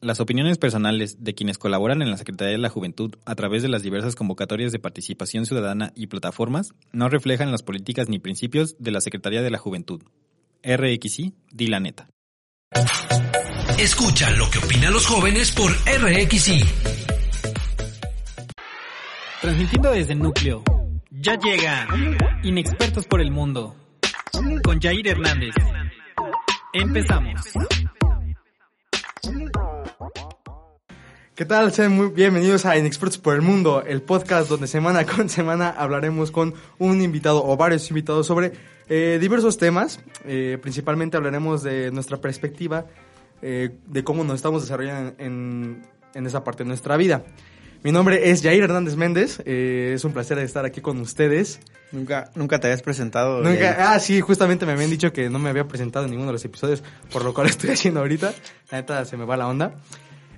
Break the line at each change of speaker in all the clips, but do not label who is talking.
Las opiniones personales de quienes colaboran en la Secretaría de la Juventud a través de las diversas convocatorias de participación ciudadana y plataformas no reflejan las políticas ni principios de la Secretaría de la Juventud. RXI, di la neta.
Escucha lo que opinan los jóvenes por RXI.
Transmitiendo desde el núcleo. Ya llega Inexpertos por el Mundo con Jair Hernández. Empezamos.
¿Qué tal? Sean muy bienvenidos a Inexpertos por el Mundo, el podcast donde semana con semana hablaremos con un invitado o varios invitados sobre eh, diversos temas. Eh, principalmente hablaremos de nuestra perspectiva, eh, de cómo nos estamos desarrollando en, en esa parte de nuestra vida. Mi nombre es Jair Hernández Méndez. eh, es un placer estar aquí con ustedes.
Nunca, nunca te habías presentado.
Nunca-
Yair.
ah, sí, justamente me habían dicho que no me había presentado en ninguno de los episodios, por lo cual estoy haciendo ahorita. La neta se me va la onda.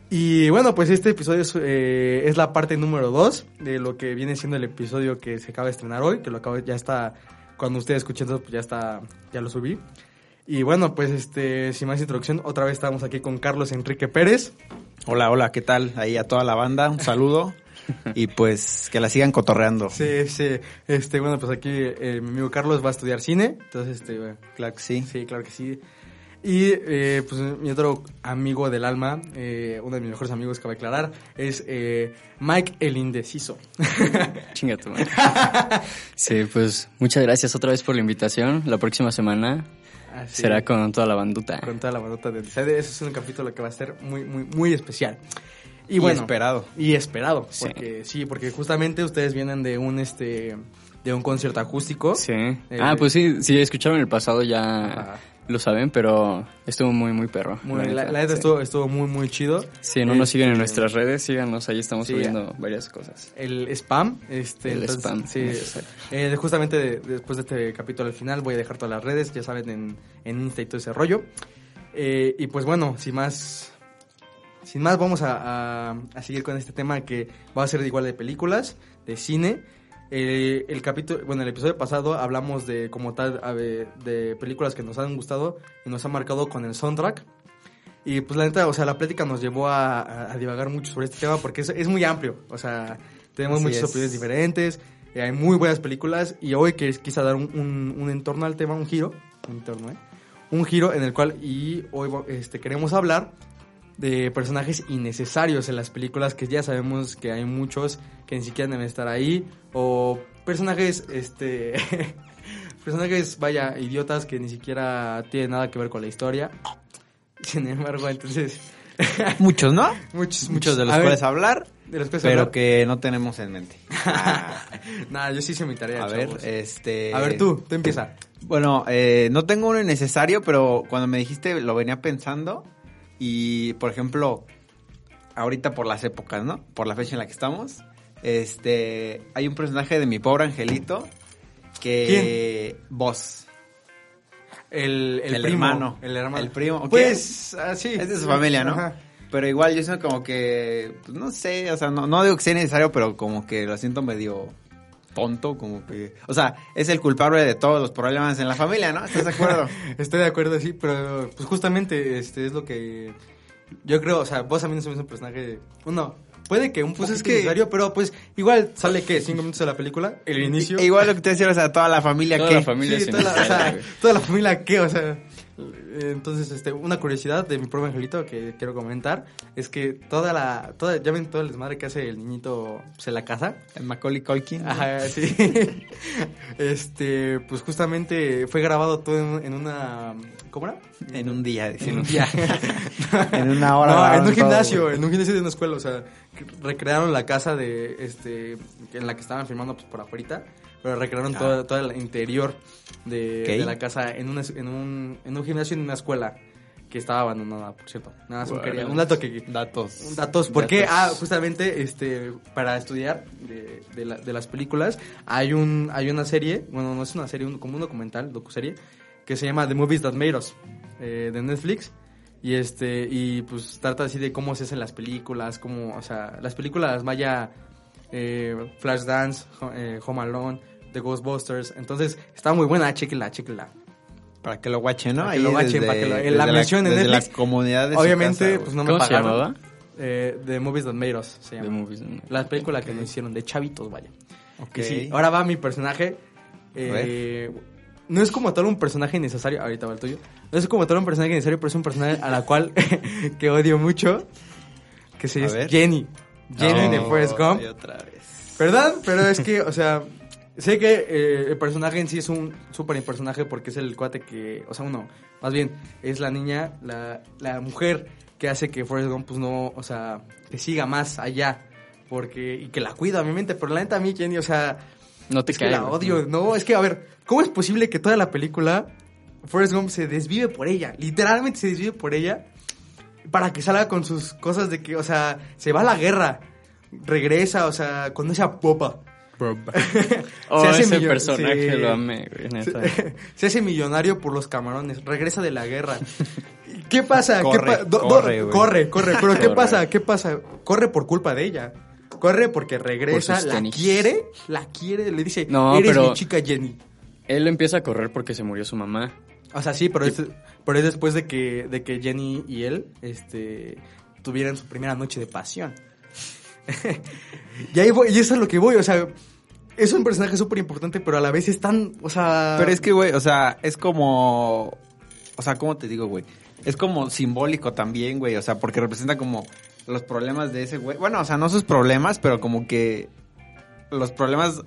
Y bueno, pues este episodio es, eh, es la parte número 2 de lo que viene siendo el episodio que se acaba de estrenar hoy, que lo acabo, ya está, cuando ustedes escuchen esto, pues ya está, ya lo subí. Y bueno, pues este, sin más introducción, otra vez estamos aquí con Carlos Enrique Pérez.
Hola, hola, ¿qué tal? Ahí a toda la banda, un saludo. y pues que la sigan cotorreando.
Sí, sí, este, bueno, pues aquí eh, mi amigo Carlos va a estudiar cine, entonces este, bueno,
Claro que sí.
Sí, claro que sí. Y eh, pues mi otro amigo del alma, eh, uno de mis mejores amigos que va a aclarar, es eh, Mike el Indeciso.
Chinga tu madre. Sí, pues muchas gracias otra vez por la invitación. La próxima semana
Así,
será con toda la banduta.
con toda la bandota del CD. Eso es un capítulo que va a ser muy, muy, muy especial. Y
Y
bueno.
esperado.
Y esperado.
Sí.
Porque, sí, porque justamente ustedes vienen de un este de un concierto acústico.
Sí.
Eh,
ah, pues sí, si escucharon el pasado ya
Ajá.
lo saben, pero estuvo muy, muy perro.
Muy- la, la
neta,
neta
sí.
estuvo, estuvo muy, muy chido.
Si no nos siguen en
Este,
nuestras redes, síganos, ahí estamos
sí,
subiendo varias cosas.
el spam. Este,
El
entonces,
spam,
sí,
necesario.
eh, justamente de- después de este capítulo al final voy a dejar todas las redes, ya saben, en, en Insta y todo ese rollo. Eh, y pues bueno, sin más, sin más vamos a, a- a seguir con este tema que va a ser igual de películas, de cine. Eh, el capítulo, bueno, el episodio pasado hablamos de como tal a ver, de películas que nos han gustado y nos han marcado con el soundtrack. Y pues la neta, o sea, la plática nos llevó a, a- a divagar mucho sobre este tema porque es, es muy amplio. O sea, tenemos
Así es.
muchas opiniones diferentes, eh, hay muy buenas películas y hoy que quise dar un, un- un entorno al tema, un giro, un entorno, ¿eh? Un giro en el cual y hoy va- este, queremos hablar de personajes innecesarios en las películas que ya sabemos que hay muchos que ni siquiera deben estar ahí o personajes este personajes vaya idiotas que ni siquiera tienen nada que ver con la historia sin embargo entonces
Muchos, ¿no?
muchos
Muchos de los
a ver,
cuales hablar,
de los cuales
pero
hablar.
que no tenemos en mente. Ah,
nada yo sí hice mi tarea
a ver,
chavos.
este.
a ver tú tú empieza
Bueno, eh, no tengo uno necesario, pero cuando me dijiste lo venía pensando. Y, por ejemplo, ahorita por las épocas, ¿no? Por la fecha en la que estamos. Este, hay un personaje de mi pobre angelito que... Vos.
el, el,
El
primo,
hermano.
el hermano
El primo, ok.
pues así
Es de su familia, ¿no?
Ajá.
Pero igual yo siento como que, pues, no sé, o sea, no, no digo que sea necesario, pero como que lo siento medio tonto, como que... O sea, es el culpable de todos los problemas en la familia, ¿no? ¿Estás de acuerdo?
Estoy de acuerdo, sí, pero pues justamente este es lo que yo creo, o sea, vos también sos un personaje, uno, puede que un
Pues
poco
es que-
necesario, pero pues igual sale que cinco minutos de la película, el inicio.
E igual lo que te decía, o sea, toda la familia
Toda
que...
la familia
Sí,
se
toda la, o sea,
entera, güey.
toda la familia que, o sea, eh, entonces este una curiosidad de mi propio angelito que quiero comentar es que toda la toda ya ven todo el desmadre que hace el niñito pues, en la casa.
El Macaulay Culkin.
Ajá, sí. este, pues justamente fue grabado todo en, en una ¿cómo era?
En un día,
En
decimos.
un día.
En una hora.
No, en
grabaron
un gimnasio,
todo, güey.
en un gimnasio de una escuela, o sea, que recrearon la casa de, este, en la que estaban filmando pues, por afuera, pero recrearon
Ah.
todo, todo el interior de,
Ok.
de la casa en, una es- en, un, en un gimnasio, en una escuela que estaba abandonada, por cierto. Nada más un,
Guarales.
quería- un dato que...
Datos.
Datos, porque
Datos.
Ah, justamente este, para estudiar de, de la- de las películas hay, un, hay una serie, bueno, no es una serie, un- como un documental, docuserie, que se llama The Movies That Made Us, eh, de Netflix. Y, este, y pues trata así de cómo se hacen las películas, cómo, o sea, las películas Maya, eh, Flashdance, Ho- eh, Home Alone, The Ghostbusters. Entonces, está muy buena, chequenla, chequenla.
Para que lo guachen, ¿no?
Para que lo guachen, para que lo- la mención en
desde
Netflix.
la comunidad de su
Obviamente,
casa, güey.
pues no me
¿Cómo se
pagaron.
llamaba?
Eh, The Movies That Made Us, se llama.
The Movies.
La película que nos hicieron de chavitos, vaya.
Ok.
Que sí, ahora va mi personaje. eh, no es como tal un personaje necesario. Ahorita va el tuyo. No es como tal un personaje necesario, pero es un personaje a la cual que odio mucho. Que se
A
es
ver.
Jenny. Jenny de
No,
Forrest Gump.
y Oh, otra vez.
¿Verdad? Pero es que, o sea, sé que eh, el personaje en sí es un súper personaje porque es el cuate que, o sea, uno, más bien, es la niña, la, la mujer que hace que Forrest Gump, pues no, o sea, que siga más allá. Porque, y que la cuida, obviamente, pero la neta a mí, Jenny, o sea,
No te
es que
cae,
la
güey.
odio. No, es que, a ver, ¿cómo es posible que toda la película Forrest Gump se desvive por ella? Literalmente se desvive por ella para que salga con sus cosas de que, o sea, se va a la guerra, regresa, o sea, conoce a Popa.
Oh,
Se hace
ese
millo-
personaje
sí.
lo amé, güey, neta.
Se, se hace millonario por los camarones, regresa de la guerra. ¿Qué pasa? ¿Qué
Corre,
pa- do- do-
corre, güey.
corre, corre, pero ¿qué
Corre.
pasa? ¿Qué pasa? Corre por culpa de ella. Corre porque regresa,
sus
la
tenis.
quiere, la quiere, le dice,
No,
eres
pero-
mi chica Jenny.
Él empieza a correr porque se murió su mamá.
O sea, sí, pero es, pero es después de que, de que Jenny y él este, tuvieran su primera noche de pasión. y ahí voy, y eso es lo que voy, o sea, es un personaje súper importante, pero a la vez es tan, o sea...
Pero es que, güey, o sea, es como. O sea, ¿cómo te digo, güey? Es como simbólico también, güey. O sea, porque representa como los problemas de ese güey. Bueno, o sea, no sus problemas, pero como que. Los problemas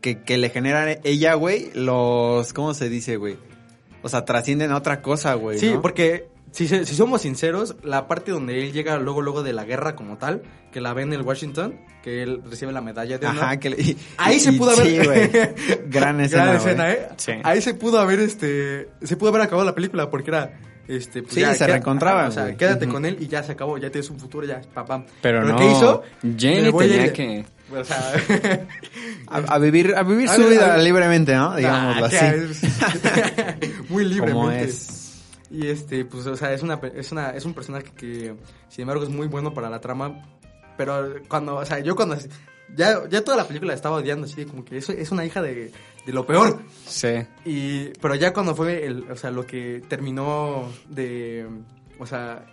que, que le generan ella, güey, los. ¿Cómo se dice, güey? O sea, trascienden a otra cosa, güey.
Sí,
¿no?
porque si, se- si somos sinceros, la parte donde él llega luego luego de la guerra como tal, que la ve en el Washington, que él recibe la medalla de honor.
Ajá, que le- y-
Ahí se
y-
pudo
sí,
haber
güey. Gran escena.
Gran
güey.
escena, ¿eh?
Sí.
Ahí se pudo haber este se pudo haber acabado la película porque era este pues
Sí, se reencontraban,
ajá, O sea,
güey.
quédate
Ujú.
con él y ya se acabó, ya tienes un futuro ya, papá.
Pero no,
¿qué hizo?
Jenny
Le voy a
tenía
ir-
que-
o sea,
A, a vivir, a vivir
A
su
ver, a
vida
ver.
libremente, ¿no? Digámoslo
ah,
así.
que- muy libremente.
Como es.
Y este, pues, o sea, es una, pe- es una, es un personaje que, sin embargo, es muy bueno para la trama. Pero cuando, o sea, yo cuando, ya, ya toda la película la estaba odiando, así de como que eso es una hija de, de lo peor.
Sí.
Y, pero ya cuando fue, el, o sea, lo que terminó de, o sea,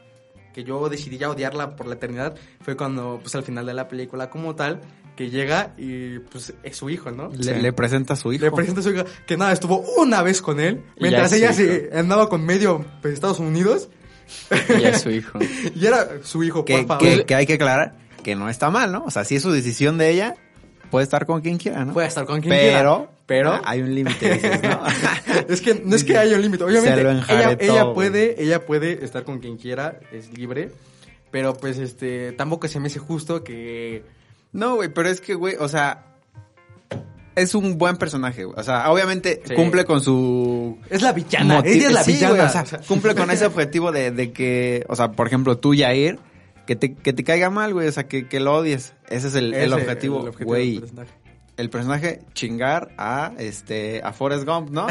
que yo decidí ya odiarla por la eternidad, fue cuando, pues, al final de la película como tal, que llega y, pues, es su hijo, ¿no?
Le, le presenta a su hijo.
Le presenta a su hija que nada, estuvo una vez con él,
Y
mientras
ya es
ella
su
se andaba con medio pues, Estados Unidos
Y a su hijo.
y era su hijo,
que,
por favor.
que- que hay que aclarar que no está mal, ¿no? O sea, si es su decisión de ella, puede estar con quien quiera, ¿no?
Puede estar con Pues, quien
pero,
quiera, pero
ah, hay un límite, dices, ¿no?
es que no es que haya un límite, obviamente
Se lo
ella,
enjaretó,
ella
güey.
puede, ella puede estar con quien quiera, es libre, pero pues este tampoco se me hace justo que
no, güey, pero es que, güey, o sea, es un buen personaje, güey. O sea, obviamente
Sí.
cumple con su
es la villana,
Motiv-
ella es la
sí,
villana,
güey, o
o
sea,
sea,
cumple con ese objetivo de, de que, o sea, por ejemplo, tú, Jair, que te, que te caiga mal, güey, o sea, que, que lo odies. Ese es el, el
ese es
objetivo,
el objetivo pues, del
güey.
personaje.
El personaje chingar a, este, a Forrest Gump, ¿no?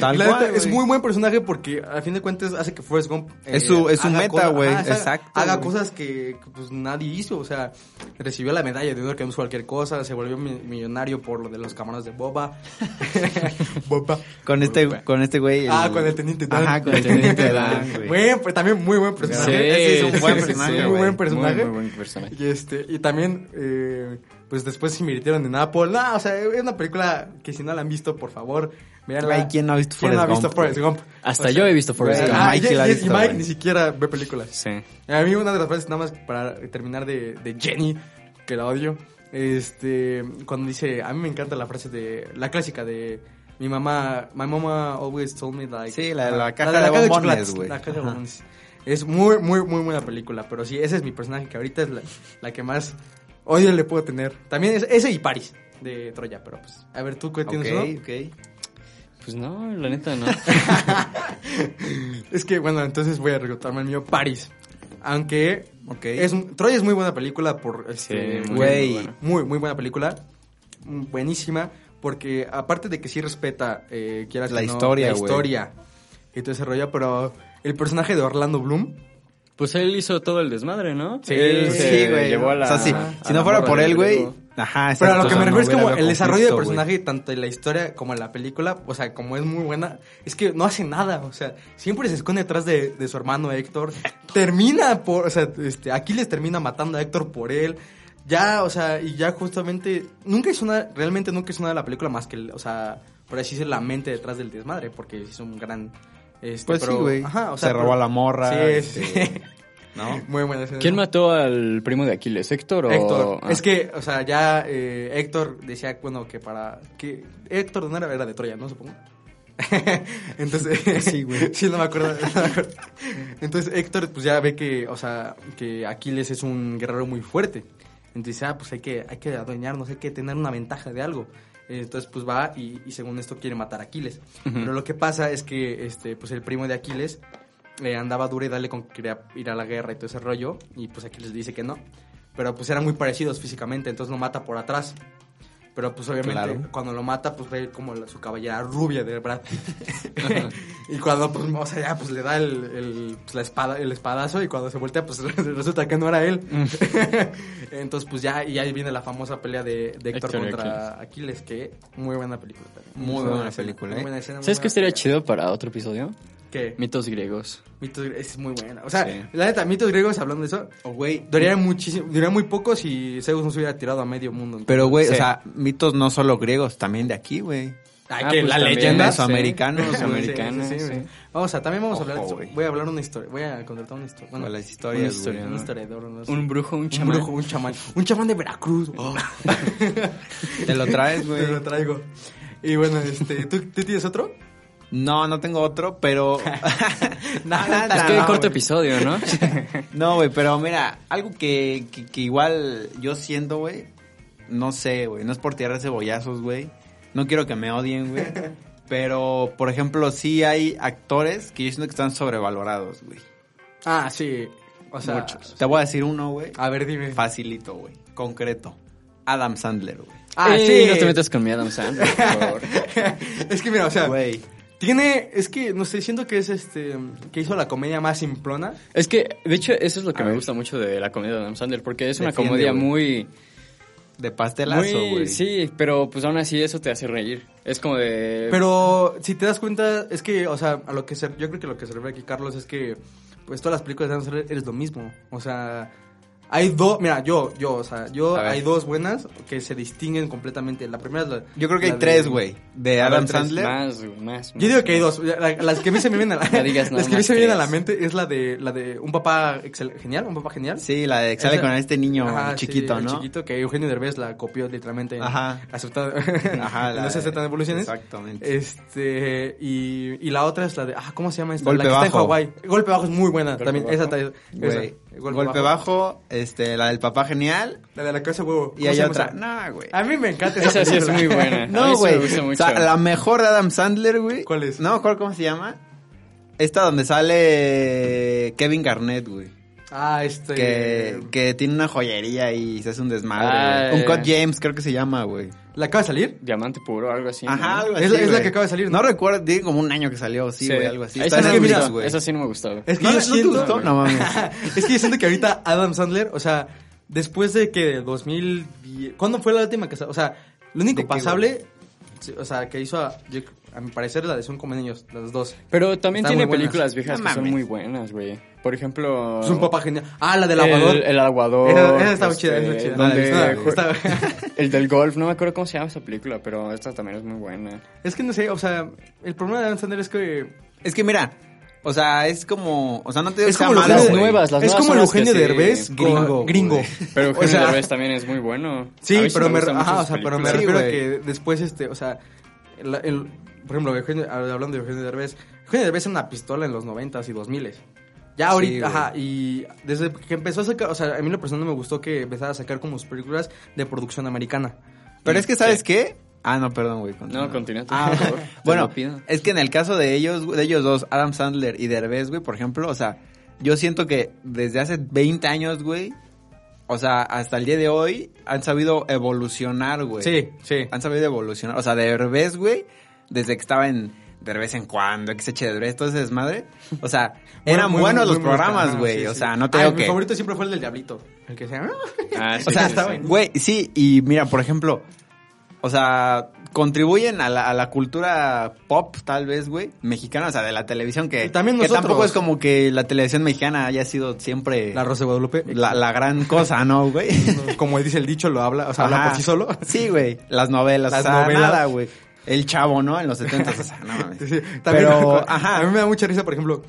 Tal
La
cual,
neta, es
güey.
muy buen personaje porque a fin de cuentas hace que Forrest Gump eh,
Es su- es su
haga
meta,
cosas-
güey,
ajá, o sea,
exacto,
Haga
güey.
cosas que, que, pues nadie hizo, o sea, recibió la medalla de honor que no es cualquier cosa, se volvió mi- millonario por lo de los camarones de Boba. Boba.
Con este, con este güey.
Ah, con el teniente Dan.
Ajá, con el teniente Dan, güey.
Bueno, pues también muy buen
Sí,
personaje.
ese es un buen
sí,
personaje,
sí, muy
güey.
buen personaje.
Muy, muy buen personaje.
Y este, y también, eh, pues después se invirtieron en Apple. No, o sea, es una película que si no la han visto, por favor, véanla.
Güey, ¿quién no ha visto
¿Quién no
Forrest
ha visto
Gump,
Forrest
güey?
Gump?
Hasta yo he visto Forrest
güey,
Gump.
Ah,
Mike
y-
la ha
y-
visto,
y Mike
güey.
ni siquiera ve películas.
Sí.
A mí una de las frases, nada más para terminar de, de Jenny, que la odio, este, cuando dice, a mí me encanta la frase de, la clásica de, mi mamá, my mama always told me like...
Sí, la de la
Ah,
caja
la
de bombones,
chocolates,
güey.
La caja de
Ajá.
bombones. Es muy, muy, muy buena película, pero sí, ese es mi personaje que ahorita es la, la que más odio le puedo tener. También es ese y Paris, de Troya, pero pues, a ver, ¿tú qué tienes, uno?
Ok, ok.
Pues no, la neta no.
Es que, bueno, entonces voy a recortarme el mío, Paris. Aunque
Ok.
es un- Troya es muy buena película por este,
Sí, muy,
Güey.
muy buena.
muy muy buena película, mm, buenísima porque aparte de que sí respeta eh, quieras
La
que no,
historia,
la
güey.
historia y todo ese rollo, pero el personaje de Orlando Bloom,
Pues él hizo todo el desmadre, ¿no?
Sí,
Él
sí,
se
güey.
Llevó a la,
O sea, sí,
a
si
la
no fuera
morra
por
del
él, güey,
griego.
Ajá,
Pero a lo
exacto,
que
o
me
sea, no
refiero es como
hubiera
el desarrollo del
conflicto, güey.
personaje, tanto en la historia como en la película, o sea, como es muy buena, es que no hace nada, o sea, siempre se esconde detrás de, de su hermano Héctor, termina por, o sea, este, Aquiles termina matando a Héctor por él, ya, o sea, y ya justamente, nunca hizo nada, realmente nunca hizo nada de la película más que, el- o sea, por así decirlo, la mente detrás del desmadre, porque hizo un gran... Este,
Pues sí,
pero-
güey.
Ajá, o
Se
sea,
robó a la morra,
Sí, sí,
este,
¿No? Muy buena escena.
¿Quién mató al primo de Aquiles? ¿Héctor o...?
Héctor.
Ah.
Es que, o sea, ya eh, Héctor decía, bueno, que para... que Héctor no era, era de Troya, ¿no? Supongo. Entonces, sí, güey. sí, no me, acuerdo, no me acuerdo. Entonces Héctor pues ya ve que, o sea, que Aquiles es un guerrero muy fuerte. Entonces dice, ah, pues hay que, hay que adueñarnos, hay que tener una ventaja de algo. Eh, Entonces pues va y, y según esto quiere matar a Aquiles. Pero lo que pasa es que este, pues el primo de Aquiles eh, andaba duro y dale con que quería ir a la guerra y todo ese rollo. Y pues Aquiles le dice que no. Pero pues eran muy parecidos físicamente, entonces lo mata por atrás. Pero pues obviamente
Claro.
cuando lo mata, pues ve como la- su cabellera rubia de Brad Pitt. y cuando pues, o sea, ya pues le da el, el- pues, la espada, el espadazo y cuando se voltea, pues resulta que no era él. entonces pues ya, y ahí viene la famosa pelea de, de Héctor
Héctor y
contra Aquiles. que muy buena película también.
Muy buena
escena,
película,
muy
¿eh?
buena escena, muy
¿Sabes
buena
qué estaría
pelea.
chido para otro episodio?
¿Qué?
Mitos griegos.
Mitos grie- es muy buena. O sea,
Sí.
la neta, mitos griegos hablando de eso,
O, güey,
duraría muchísimo, duraría muy poco si Zeus no se hubiera tirado a medio mundo.
Pero, güey,
Sí.
o sea, mitos no solo griegos, también de aquí, güey.
Ay,
Ah,
que
pues
la
también,
leyenda.
sí.
Mesoamericanos, güey.
Mesoamericanos,
Sí, sí, sí,
sí.
sí. Vamos a, también vamos a hablar.
Ojo,
de
güey.
esto. Voy a hablar una historia. Voy a contratar una historia. Bueno,
O las historias,
Una
güey.
historia,
un
¿no?
historiador. no sé.
Un brujo, un
un
chamán.
brujo, un chamán. Un chamán de Veracruz.
Te Oh, lo traes,
Te lo
güey.
traigo. Y bueno, este, ¿tú, tú tienes otro?
No, no tengo otro, pero...
Nada,
Es que
no,
corto
güey.
episodio, ¿no?
No, güey, pero mira, algo que, que, que igual yo siento, güey, no sé, güey, no es por tirar cebollazos, güey. No quiero que me odien, güey. Pero, por ejemplo, sí hay actores que yo siento que están sobrevalorados, güey.
Ah, sí. O sea,
Te voy a decir uno, güey.
a ver, dime.
Facilito, güey. Concreto. Adam Sandler, güey.
Ah,
Ey,
sí.
Eh, No te metas con mi Adam Sandler, por favor.
es que mira, o sea,
Güey.
tiene, es que, no sé, siento que es este, que hizo la comedia más simplona.
Es que, de hecho, eso es lo que me gusta mucho de la comedia de Adam Sandler, porque es una
Defiende,
comedia
güey.
muy...
De pastelazo,
muy-
güey.
Sí, pero pues aún así eso te hace reír. Es como de...
Pero si te das cuenta, es que, o sea, a lo que se- yo creo que lo que se refiere aquí, Carlos, es que pues todas las películas de Adam Sandler es lo mismo. O sea, hay dos, mira, yo, yo, o sea, yo
A ver.
hay dos buenas que se distinguen completamente. La primera es la.
Yo creo que hay
la de-
tres, güey. De
A ver,
Adam
tres
Sandler.
Más, güey, más.
Yo
más.
digo que hay dos. La- Las que a mí se me vienen a la,
No digas nada
las que a mí
más
se me vienen a la
tres.
mente es la de la de un papá excel- genial, un papá genial.
Sí, la de que sale
Esa-
con este niño
Ajá, sí,
chiquito,
el
¿no?
chiquito que Eugenio Derbez la copió literalmente. en
Ajá.
Aceptado.
Ajá, la
no se
de-
aceptan evoluciones.
exactamente.
Este, y, y la otra es la de, ah, ¿cómo se llama esta?
Golpe
la que está en
bajo.
Hawái. Golpe bajo es muy buena también.
bajo.
Esa, ta- esa.
Güey. Golpe, bajo. este, la del papá genial
La de la cabeza de huevo.
y
¿Cómo
hay
se llama
otra.
esa?
No, güey.
A mí me encanta esa.
Esa sí es
película.
muy buena. A mí
No,
sí me
güey.
gusta
O
mucho.
sea, la mejor de Adam Sandler, güey.
¿Cuál es?
No, me acuerdo ¿cómo se llama? Esta donde sale Kevin Garnett, güey.
Ah, este.
Que, que tiene una joyería y se hace un
Ah,
desmadre. güey.
eh.
Un Cod James, creo que se llama, güey.
¿La acaba de salir?
Diamante puro, algo así.
Ajá,
¿no?
algo así.
Es la- es la
güey.
que acaba de salir, ¿no?
No recuerdo, tiene como un año que salió, sí, güey, algo así.
Esa,
Está en
no me
Netflix,
gustó,
güey.
esa sí no me gustaba.
Es que
¿No,
yo
no
siento.
te gustó? No mames.
es que yo siento que ahorita Adam Sandler, o sea, después de que 2010. ¿Cuándo fue la última que sa- O sea, lo
¿De
único
qué,
pasable, sí, o sea, que hizo a, yo- a mi parecer la de Son como niños, las dos.
Pero también
Están
tiene
muy buenas.
películas viejas
No
que son
mames.
muy buenas, güey. Por ejemplo...
Es un papá genial. Ah, la del lavador.
El, el aguador.
Esa- esa estaba
este,
chida, esa chida.
donde
No,
jue-
está-
el del golf, no me acuerdo cómo se llama esa película, pero esta también es muy buena.
Es que no sé, o sea, el problema de Adam Sandler es que.
Es que mira, o sea, es como, o sea, no te digo
Es
que sea
como
malo,
las
güey.
nuevas, las
es
nuevas
como
son
el
las que
Eugenio
sí,
Derbez con-
gringo,
gringo.
Pero
O
Eugenio
sea,
Derbez también es muy bueno. A
Sí,
mí
pero me,
gustan mucho
ajá, o
sus
sea, pero me refiero
películas.
a
güey.
que después, este, o sea, la- el- por ejemplo, Eugenio- ah, hablando de Eugenio Derbez, Eugenio Derbez era una pistola en los 90s y 2000s. Ya
Sí,
ahorita,
güey.
ajá, y desde que empezó a sacar, o sea, a mí la persona me gustó que empezara a sacar como sus películas de producción americana.
Pero es que,
Este.
¿sabes qué? Ah, no, perdón, güey. continúa.
No, continúa tú,
Ah,
por favor. Te
bueno,
lo pido.
es que en el caso de ellos, güey, de ellos dos, Adam Sandler y Derbez, güey, por ejemplo, o sea, yo siento que desde hace 20 años, güey, o sea, hasta el día de hoy han sabido evolucionar, güey.
Sí, sí.
Han sabido evolucionar. O sea, Derbez, güey, desde que estaba en de vez en cuando, XHD, todo ese desmadre. O sea, eran
Muy- muy-
buenos
muy-
los
muy
programas,
buenos
güey.
sí,
o
sí.
sea, no te
Ay, pues
digo
Mi
que.
favorito siempre fue el del Diablito. El que sea.
Ah,
O sea,
Sí, sí, sí.
güey, sí, y mira, por ejemplo, o sea, contribuyen a la, a la cultura pop, tal vez, güey, mexicana, o sea, de la televisión, que,
Y también
que
nosotros.
tampoco es como que la televisión mexicana haya sido siempre
La
la,
Rosa de Guadalupe.
la gran cosa, ¿no, güey?
Como dice el dicho, lo habla, o sea, habla
Ajá.
por sí solo.
Sí, güey, las novelas,
Las
o sea,
novelas.
nada, güey. El chavo, ¿no? En los 70 o sea, no mames.
Sí, sí. También
Pero,
ajá. A mí
ajá.
me da mucha risa, por ejemplo,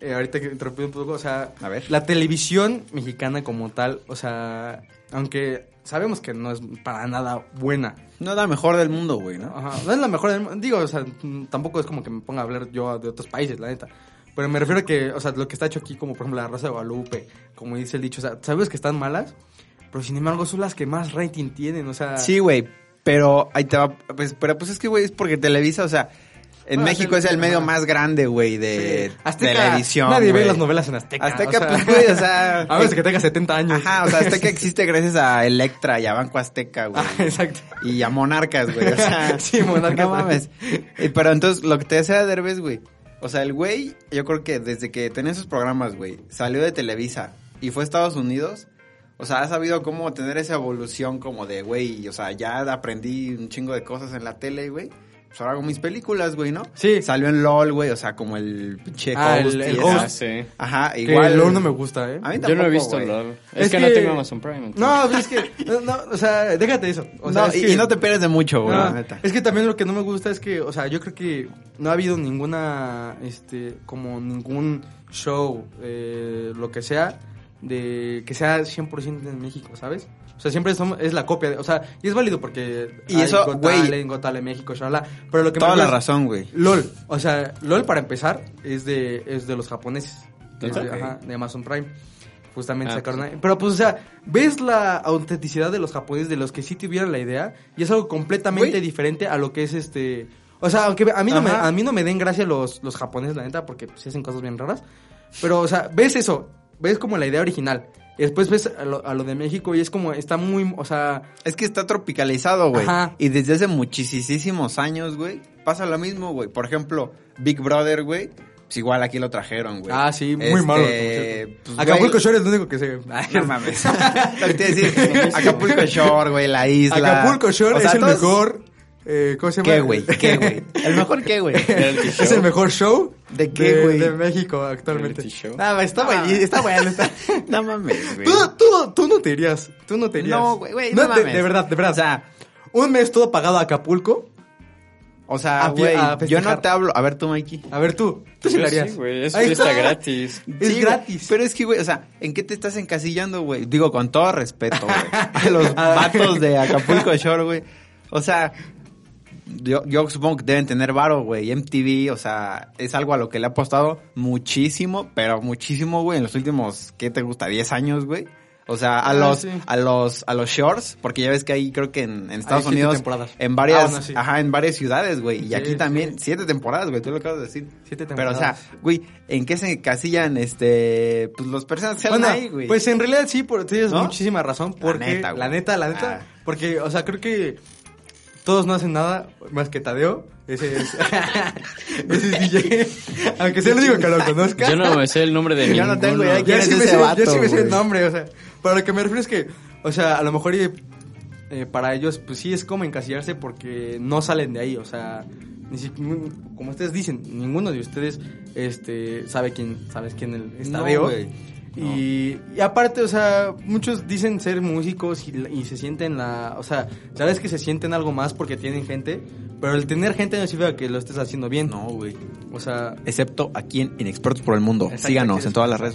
eh, ahorita que interrumpí un poco, o sea,
A ver.
la televisión mexicana como tal, o sea, aunque sabemos que no es para nada buena,
No es la mejor del mundo, güey, ¿no?
ajá, no es la mejor del mundo, digo, o sea, mm, tampoco es como que me ponga a hablar yo de otros países, la neta. Pero me refiero a que, o sea, lo que está hecho aquí, como por ejemplo la Rosa de Guadalupe, como dice el dicho, o sea, sabes que están malas, pero sin embargo son las que más rating tienen, o sea...
Sí, güey, pero ahí te va. Pues, pero pues es que, güey, es porque Televisa, o sea, en
Ah,
México
sí,
es el medio
ajá.
más grande, güey,
Sí.
de
Azteca,
televisión.
Nadie ve
güey.
las novelas en Azteca.
Azteca, pues, güey, o sea,
A veces que tenga 70 años.
Ajá, o sea, Azteca existe gracias a Electra y a Banco Azteca, güey.
Ah, exacto.
Y a Monarcas, güey. O sea,
Sí, Monarcas.
No mames. Eh, Pero entonces, lo que te decía Derbez, güey. O sea, el güey, yo creo que desde que tenía esos programas, güey, salió de Televisa y fue a Estados Unidos. O sea, ha sabido cómo tener esa evolución como de, güey, o sea, ya aprendí un chingo de cosas en la tele, güey. Pues ahora hago mis películas, güey, ¿no?
Sí.
Salió en LOL, güey, o sea, como el pinche
Ah,
host
el-
y
el
esa-
Ah,
host.
sí.
Ajá,
Igual
igual.
el LOL no me gusta, ¿eh?
A mí
Yo no he
tampoco,
visto
güey.
LOL. Es,
Es
que,
que-
no tengo Amazon Prime. entonces.
No, pero es que. No, no, o sea, déjate eso. O sea,
no,
es
y,
que-
y no te pierdes de mucho, güey,
no,
la neta.
Es que también lo que no me gusta es que, o sea, yo creo que no ha habido ninguna, este, como ningún show, eh, lo que sea, de que sea 100% en México, ¿sabes? O sea, siempre son- es la copia, de- o sea, y es válido porque
Y eso,
Got
güey.
Talent, Got Talent México, shalala, pero lo que me
Toda la
refiero es-
razón, güey.
LOL, o sea, LOL para empezar es de, es de los japoneses. Es
¿Neta?
de, ajá, de Amazon Prime. Justamente
Ah,
sacaron. ahí. Pero pues, o sea, ves la autenticidad de los japoneses, de los que sí tuvieron la idea, y es algo completamente
Güey.
diferente a lo que es este. O sea, aunque a mí no, me,
Ajá.
a mí no me den gracia los, los japoneses, la neta, porque se hacen cosas bien raras. Pero, o sea, ves eso, ves como la idea original. Y después ves a lo, a lo de México y es como, está muy, o sea,
Es que está tropicalizado, güey.
Ajá.
Y desde hace muchísimos años, güey, pasa lo mismo, güey. Por ejemplo, Big Brother, güey, pues igual aquí lo trajeron, güey.
ah, sí, muy
Este,
malo. por cierto.
pues,
Acapulco
güey,
Shore es lo único que se...
No mames. Lo que te iba a decir, Acapulco Shore, güey, la isla.
Acapulco Shore
O sea,
es el
todos-
mejor. eh, ¿Cómo se llama?
¿Qué, güey? ¿Qué, güey? ¿El mejor qué, güey?
es el mejor show
¿De qué, güey? Ah,
de México actualmente.
Reality show.
Nada, está bueno. Está bueno. está-
No mames, güey.
Tú, tú, tú no te irías. Tú no te irías.
No, güey, güey, no
de,
mames.
de verdad, de verdad.
O sea,
un mes todo pagado a Acapulco.
O sea,
A fi-
güey,
a
yo
festejar.
no te hablo. A ver, tú, Mikey.
A ver, tú. Tú sí
Yo
lo harías.
Sí, güey. Es
Ahí
fiesta
está.
gratis.
Es
Sí, güey,
gratis.
Pero es que, güey, o sea, ¿en qué te estás encasillando, güey? Digo, con todo respeto, güey. A los vatos de Acapulco Shore, güey. O sea, yo, yo supongo que deben tener varo, güey. MTV, o sea, es algo a lo que le ha apostado muchísimo, pero muchísimo, güey, en los últimos, ¿qué te gusta? 10 años, güey. O sea, a
Ah,
los,
sí.
a los, a los shorts, porque ya ves que ahí creo que en, en Estados
siete
Unidos,
temporadas.
en varias,
Ah, bueno, sí.
ajá, en varias ciudades, güey. Y
Sí,
aquí
sí.
también, siete temporadas, güey, tú lo acabas de decir.
Siete
Pero, o sea,
temporadas.
güey, ¿en qué se encasillan, este, pues los personas que
Bueno,
salen ahí, güey?
pues en realidad sí, por, tienes
¿No?
muchísima razón. Porque, la
neta,
neta,
güey.
la neta, la neta.
Ah.
Porque, o sea, creo que todos no hacen nada más que Tadeo. Ese es. ese es DJ. Aunque sea el único que lo conozca.
Yo no me sé el nombre de
Yo no tengo
ninguno.
idea de
Yo
quién
sí
es
me
ese
sé,
vato,
yo sí me sé el
güey?
nombre, o sea. Pero lo que me refiero es que, o sea, a lo mejor eh, eh, para ellos, pues sí es como encasillarse porque no salen de ahí, o sea. Ni si- ni- como ustedes dicen, ninguno de ustedes este, sabe quién, sabes quién el- es
No,
Tadeo.
güey.
Y, y aparte, o sea, muchos dicen ser músicos y, la- y se sienten la... O sea, sabes que se sienten algo más porque tienen gente, pero el tener gente no significa que lo estés haciendo bien.
No, güey.
O sea,
Excepto aquí en Inexpertos por el Mundo.
Exacto, aquí
Síganos
eres-
en todas las redes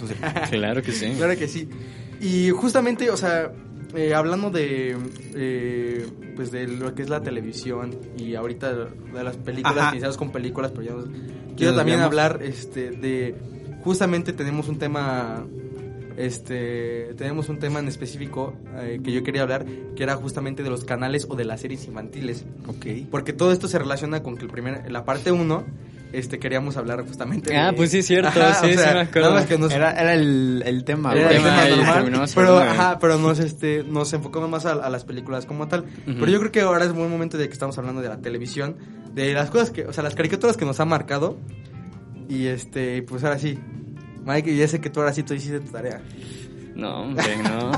sociales.
Claro que sí.
Claro que sí. Y justamente, o sea, eh, hablando de, eh, pues de lo que es la televisión y ahorita de las películas,
Ajá.
que iniciamos con películas, pero ya nos- quiero
nos
también
vemos.
hablar, este, de justamente tenemos un tema, este, tenemos un tema en específico eh, que yo quería hablar, que era justamente de los canales o de las series infantiles.
ok.
Porque todo esto se relaciona con que el primer, la parte 1, este, queríamos hablar justamente.
Ah,
de-
pues sí es cierto, sí, sí me acuerdo.
nada más que nos-
Era, era el, el tema,
era
güey.
el tema
y
normal,
Ah, terminamos
pero,
hablando de-
ajá, pero nos, este, nos enfocamos más a, a las películas como tal.
Ujú.
Pero yo creo que ahora es buen momento de que estamos hablando de la televisión, de las cosas que, o sea, las caricaturas que nos ha marcado. Y este, pues ahora sí. Mike, ya sé que tú ahora sí tú hiciste tu tarea.
No, hombre, no.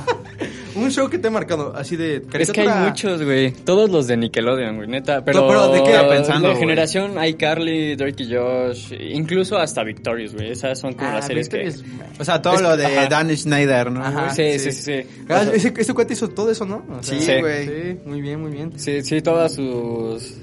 Un show que te ha marcado, así de caricatura.
Es que hay muchos, güey. Todos los de Nickelodeon, güey, neta. Pero,
No, pero ¿de qué era pensando,
De
güey?
generación iCarly, Dirty Josh, incluso hasta Victorious, güey. Esas son como
Ah,
las series que...
Victorious.
O sea, todo
Es-
lo de
ajá.
Dan Schneider, ¿no?
Ajá.
güey?
sí,
sí.
sí, sí, sí.
Ah,
O sea,
ese, ese cuate hizo todo eso, ¿no? O sea,
Sí.
güey.
Sí, muy bien, muy bien.
sí, sí, todas sus...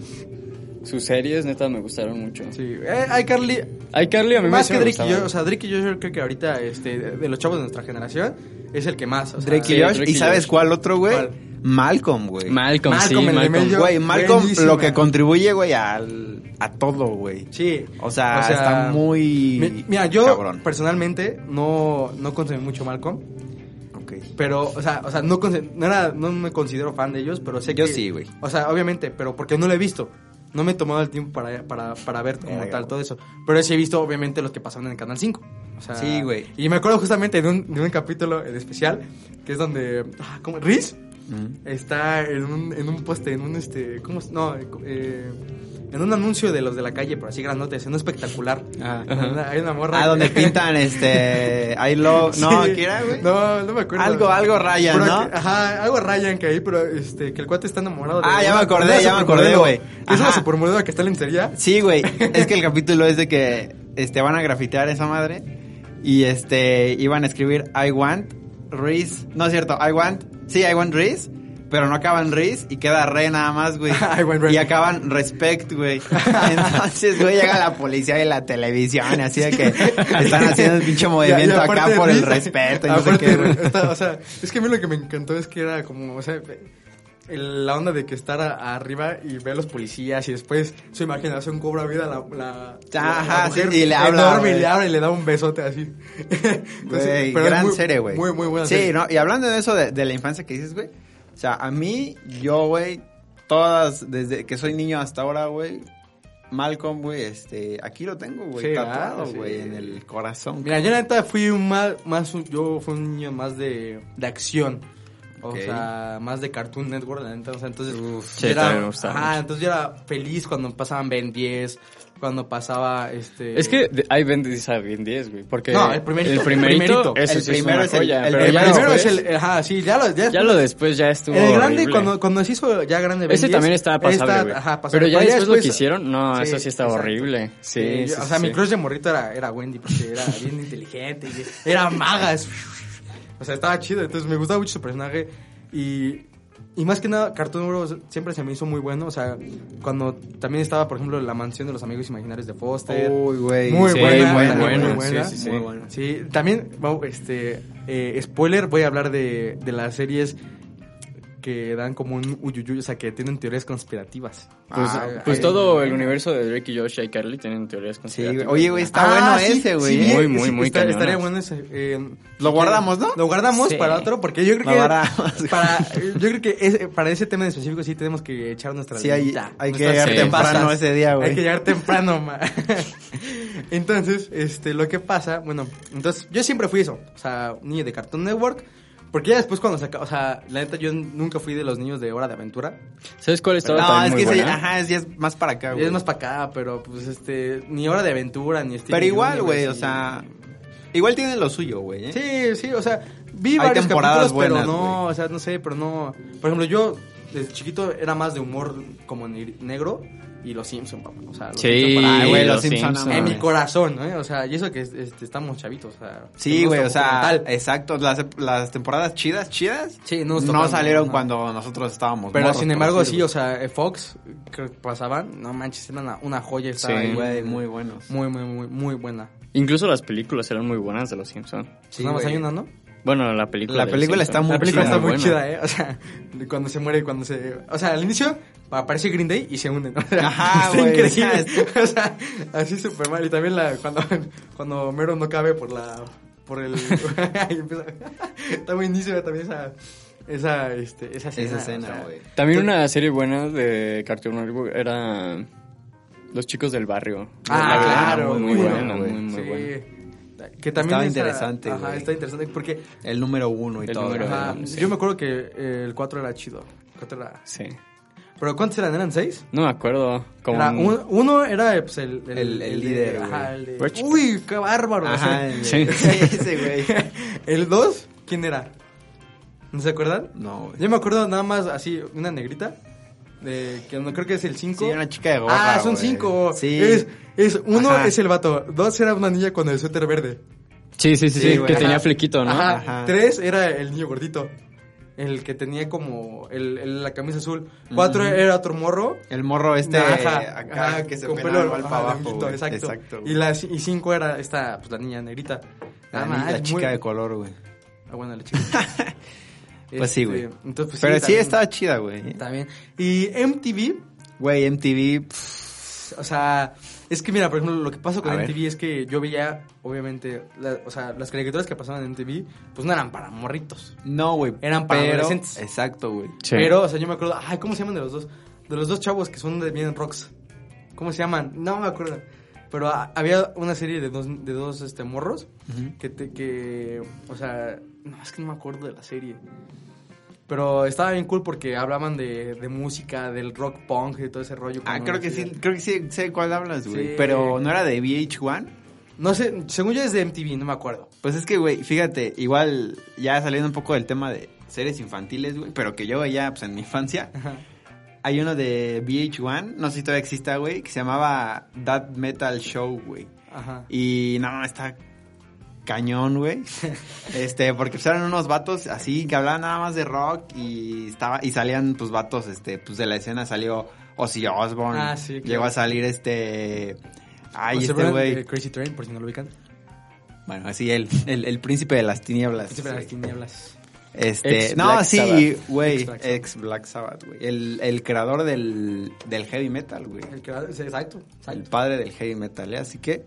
Sus series, neta, me gustaron mucho.
Sí. Eh, ay, Carly,
iCarly a mí
más que
me sí me
Drake y
gustaba.
yo, o sea, Drake y yo, yo creo que ahorita, este, de los chavos de nuestra generación, es el que más. O sea,
Drake y
Sí,
Josh.
Drake
¿Y
y
sabes
Josh.
cuál otro, güey?
¿Cuál?
Malcolm, güey.
Malcolm,
Malcolm,
sí,
el de
Malcolm.
medio.
Güey, Malcolm
Buenísima.
lo que contribuye, güey, al- a todo, güey.
Sí.
O sea, está muy
mi- Mira, yo
cabrón.
personalmente no, no consumí mucho Malcolm.
Ok.
Pero, o sea, o sea no, conse- no, era- no me considero fan de ellos, pero sé
Yo
que.
sí, güey.
O sea, obviamente, pero porque no lo he visto. No me he tomado el tiempo para, para, para ver como
Verga,
tal
güey.
todo eso. Pero sí he visto, obviamente, los que pasaban en el Canal 5. O sea,
Sí, güey.
Y me acuerdo justamente de un, de un capítulo en especial, que es donde. Ah, ¿cómo? ¿Riz?
Mm.
Está en un, en un poste, en un este. ¿Cómo? es? No, eh, en un anuncio de los de la calle, pero así grandotes, en un espectacular.
Ah.
En una- hay una morra.
Ah, donde pintan este. I love. No,
Sí.
¿qué era, güey?
No, no me acuerdo.
Algo- algo Ryan,
Pero
¿no?
que- ajá, algo Ryan que ahí, pero este, que el cuate está enamorado de
Ah, ya
una-
me acordé,
de una
ya me
supermodelo.
acordé, güey.
Es una
Ajá.
supermodelo que está en lencería.
Sí, güey. Es que el capítulo es de que este, van a grafitear esa madre. Y este. Iban a escribir I want Reese. No es cierto, I want. Sí, I want Reese. Pero no acaban Reese y queda re nada más, güey.
I want Reese.
Y acaban respect, güey. Entonces, güey, llega la policía de la televisión, así de que están haciendo el pinche movimiento
Y- y
acá
aparte
por el
Riz-
respeto y no sé
aparte,
qué, güey.
está- o sea, es que a mí lo que me encantó es que era como, o sea, el- la onda de que estar a- arriba y ver a los policías y después su imaginación cobra vida la, la, la-
Ajá,
la mujer
sí, y le habla,
enorme, y
güey.
le habla y le da un besote así. Entonces,
Güey,
pero es
gran
muy-
serie, güey.
Muy, muy buena
Sí,
serie.
¿no? Y hablando de eso, de, de la infancia que dices, güey. O sea, a mí, yo, güey, todas, desde que soy niño hasta ahora, güey, Malcolm, güey, este, aquí lo tengo, güey,
Sí, ah,
tatuado,
sí.
güey, en el corazón.
Mira, yo la neta fui un más, más un- yo fui un niño más de, de acción. O
Ok.
sea, más de Cartoon Network, la neta. O sea, entonces.
sí,
yo
también me gustaba
ajá,
mucho.
entonces yo era feliz cuando pasaban Ben 10, cuando pasaba este. eh,
Es que de- hay Ben 10 a Ben 10, güey. Porque
No, el primerito.
El primerito.
El primerito.
eso
El
sí es
primero
una
es el-
joya,
el
pero
El
ya
primero
después-
es el. Ajá, sí, ya lo. Ya,
Ya lo después ya estuvo.
El grande,
horrible.
cuando, cuando se hizo ya grande Ben
Ese
10,
también estaba pasable,
está-
güey.
ajá, pasable.
Pero ya después lo que hicieron, no,
Sí,
eso sí estaba
exacto.
horrible. Sí,
Eh, yo-
sí,
o sea,
sí.
mi crush de morrito era, era Wendy, porque era bien inteligente, y era maga. es- O sea, estaba chido, entonces me gustaba mucho su personaje. Y, y más que nada, Cartoon Network siempre se me hizo muy bueno. O sea, cuando también estaba, por ejemplo, La Mansión de los Amigos Imaginarios de Foster.
Oh,
Uy, güey.
Muy
sí,
buena,
muy
muy
buena,
muy buena.
sí, sí, sí.
muy buena. Sí, también, vamos, este, eh, spoiler, voy a hablar de, de las series que dan como un uyuyuy, o sea, que tienen teorías conspirativas.
Pues,
Ah,
pues
eh,
ok.
todo el universo de Drake y Josh y Carly tienen teorías
Sí, güey.
conspirativas.
Oye, güey, está
Ah,
bueno
sí,
ese, güey.
sí,
¿eh?
Muy, muy, muy
está- Estaría
cañonas.
bueno ese. eh,
Lo guardamos, ¿no?
Lo guardamos
Sí.
para otro, porque yo creo
Lo
que.
guardamos.
Para, yo creo que ese- para ese tema en específico sí tenemos que echar nuestra
Sí, hay-
velita,
hay que
nuestras
llegar
chelipasas.
temprano ese día, güey.
Hay que llegar temprano, ma. Entonces, este, lo que pasa, bueno, entonces yo siempre fui eso, o sea, un niño de Cartoon Network. Porque ya después cuando se acaba, o sea, la neta yo nunca fui de los niños de Hora de Aventura.
¿Sabes cuál estaba
No, es
también
que
muy
sí,
buena?
ajá, es, ya es más para acá,
Y
Ah, güey.
es más para acá, pero pues este, ni Hora de Aventura, ni este Steven
Pero igual,
Universe,
güey, o
y-
sea, igual tiene lo suyo, güey, ¿eh?
Sí, sí, o sea, vi
Hay
varios
temporadas
capítulos, pero
buenas,
no,
güey.
o sea, no sé, pero no. Por ejemplo, yo desde chiquito era más de humor como ne- negro y los Simpson, papá. O sea, los
Sí,
Simpson para-
Ay, güey, los
Simpson,
Simpson,
no
en
Ah, güey.
mi corazón, ¿no? O sea, y eso que este, estamos chavitos, o sea.
Sí,
que no
güey, o
estamos como
sea,
tal.
exacto, las, las temporadas chidas, chidas,
Sí, no
no,
nos tocaron,
salieron
no.
cuando nosotros estábamos.
Pero
morros,
sin
por
embargo,
decir,
sí, o sea, eh, Fox, que pasaban, no manches, era una, una joya. Estaba
Sí.
ahí,
güey, muy buenos.
Muy, muy, muy, muy buena. Pues
Incluso las películas eran muy buenas de los Simpsons.
Sí,
Nada más
güey.
hay una, ¿no?
Bueno, la película.
La
de
película
los
está
Simpson.
muy
La película
chida,
está muy
buena.
chida, ¿eh? O sea, cuando se muere, cuando se... O sea, al inicio aparece Green Day y se unen. O sea,
Ajá,
está
güey,
increíble.
o
O sea, así súper mal. Y también la, cuando, cuando Mero no cabe por la... Por el... y empieza- está buenísima también esa... Esa, este, esa escena.
Esa
o
escena,
sea.
güey.
También una serie buena de Cartoon Network era Los chicos del barrio. La
Ah,
verdad, era
claro.
Muy, muy
güey.
buena, muy, muy
Sí.
buena.
Que
Estaba
también esa-
interesante,
Ajá,
güey.
está interesante porque...
El número uno y
El
todo.
número
¿no?
ajá,
sí.
Yo me acuerdo que eh, el 4 era chido. El 4 era...
Sí.
¿Pero cuántos eran? ¿Eran seis?
No me acuerdo. Como
Era
un-
un- uno era eh, pues, el,
El- el
de-
líder,
ajá,
güey.
el de-
Birch.
Uy, qué bárbaro.
Ajá,
ese.
el-
Sí.
ese güey.
¿El dos? ¿Quién era? ¿No se acuerdan?
No, güey.
Yo me acuerdo nada más así, una negrita. de- que no creo que es el 5.
Sí, una chica de gorra,
Ah, son
güey.
cinco.
Sí.
Es, es uno
Ajá.
es el vato. Dos era una niña con el suéter verde.
Sí, sí,
Sí,
sí, sí,
güey,
que
ajá.
tenía flequito, ¿no?
Ajá.
Ajá.
Tres era el niño gordito. El que tenía como el, el- la camisa azul. Cuatro era otro morro.
El morro este
Ajá,
acá
ajá,
que se
con
pela
pelo
igual
ajá,
para abajo.
blanquito,
güey.
exacto.
güey.
y, la, ci- y cinco era esta, pues la niña negrita.
La,
Nada
ni-
más,
la chica
muy-
de color, güey.
Ah, bueno, la chica.
Pues sí, güey.
Este, entonces, pues
Pero sí,
también-
estaba chida, güey.
También. Y MTV,
Güey, MTV. pff,
o sea, es que mira, por ejemplo, lo que pasó con
A ver.
MTV es que yo veía, obviamente, la- o sea, las caricaturas que pasaban en MTV, pues no eran para morritos.
no, güey.
Eran para
pero-
adolescentes.
Exacto, güey.
Sí.
Pero, o sea, yo me acuerdo, ay, ¿cómo se llaman de los dos? De los dos chavos que son de bien rocks. ¿Cómo se llaman? No me acuerdo. Pero ah, había una serie de dos, de dos este, morros que, te, que, o sea, no, es que no me acuerdo de la serie. Pero estaba bien cool porque hablaban de, de música, del rock punk y todo ese rollo.
Ah,
como
creo que
decía.
sí, creo que sí sé de cuál hablas, güey.
Sí.
Pero no era de VH1.
No sé, según yo es de MTV, no me acuerdo.
Pues es que, güey, fíjate, igual ya saliendo un poco del tema de series infantiles, güey, pero que yo veía pues, en mi infancia. Hay uno de VH1, no sé si todavía exista, güey, que se llamaba That Metal Show, güey.
Ajá.
Y no, está cañón, güey. Este, porque pues, eran unos vatos así que hablaban nada más de rock y estaba y salían pues vatos, este, pues de la escena salió Ozzy Osbourne.
Ah, sí, claro.
Llegó a salir este Ay,
O sea,
este
¿verdad?
güey.
Eh, Crazy Train, por si no lo ubican.
Bueno, así el, el, el príncipe de las tinieblas.
Siempre las tinieblas.
Este,
Ex
no,
Black
sí,
Sabbath.
güey,
Ex Black Sabbath.
ex Black Sabbath, güey. El, el creador del, del heavy metal, güey.
El que- sí, exacto,
El
exacto.
padre del heavy metal, ¿eh? así que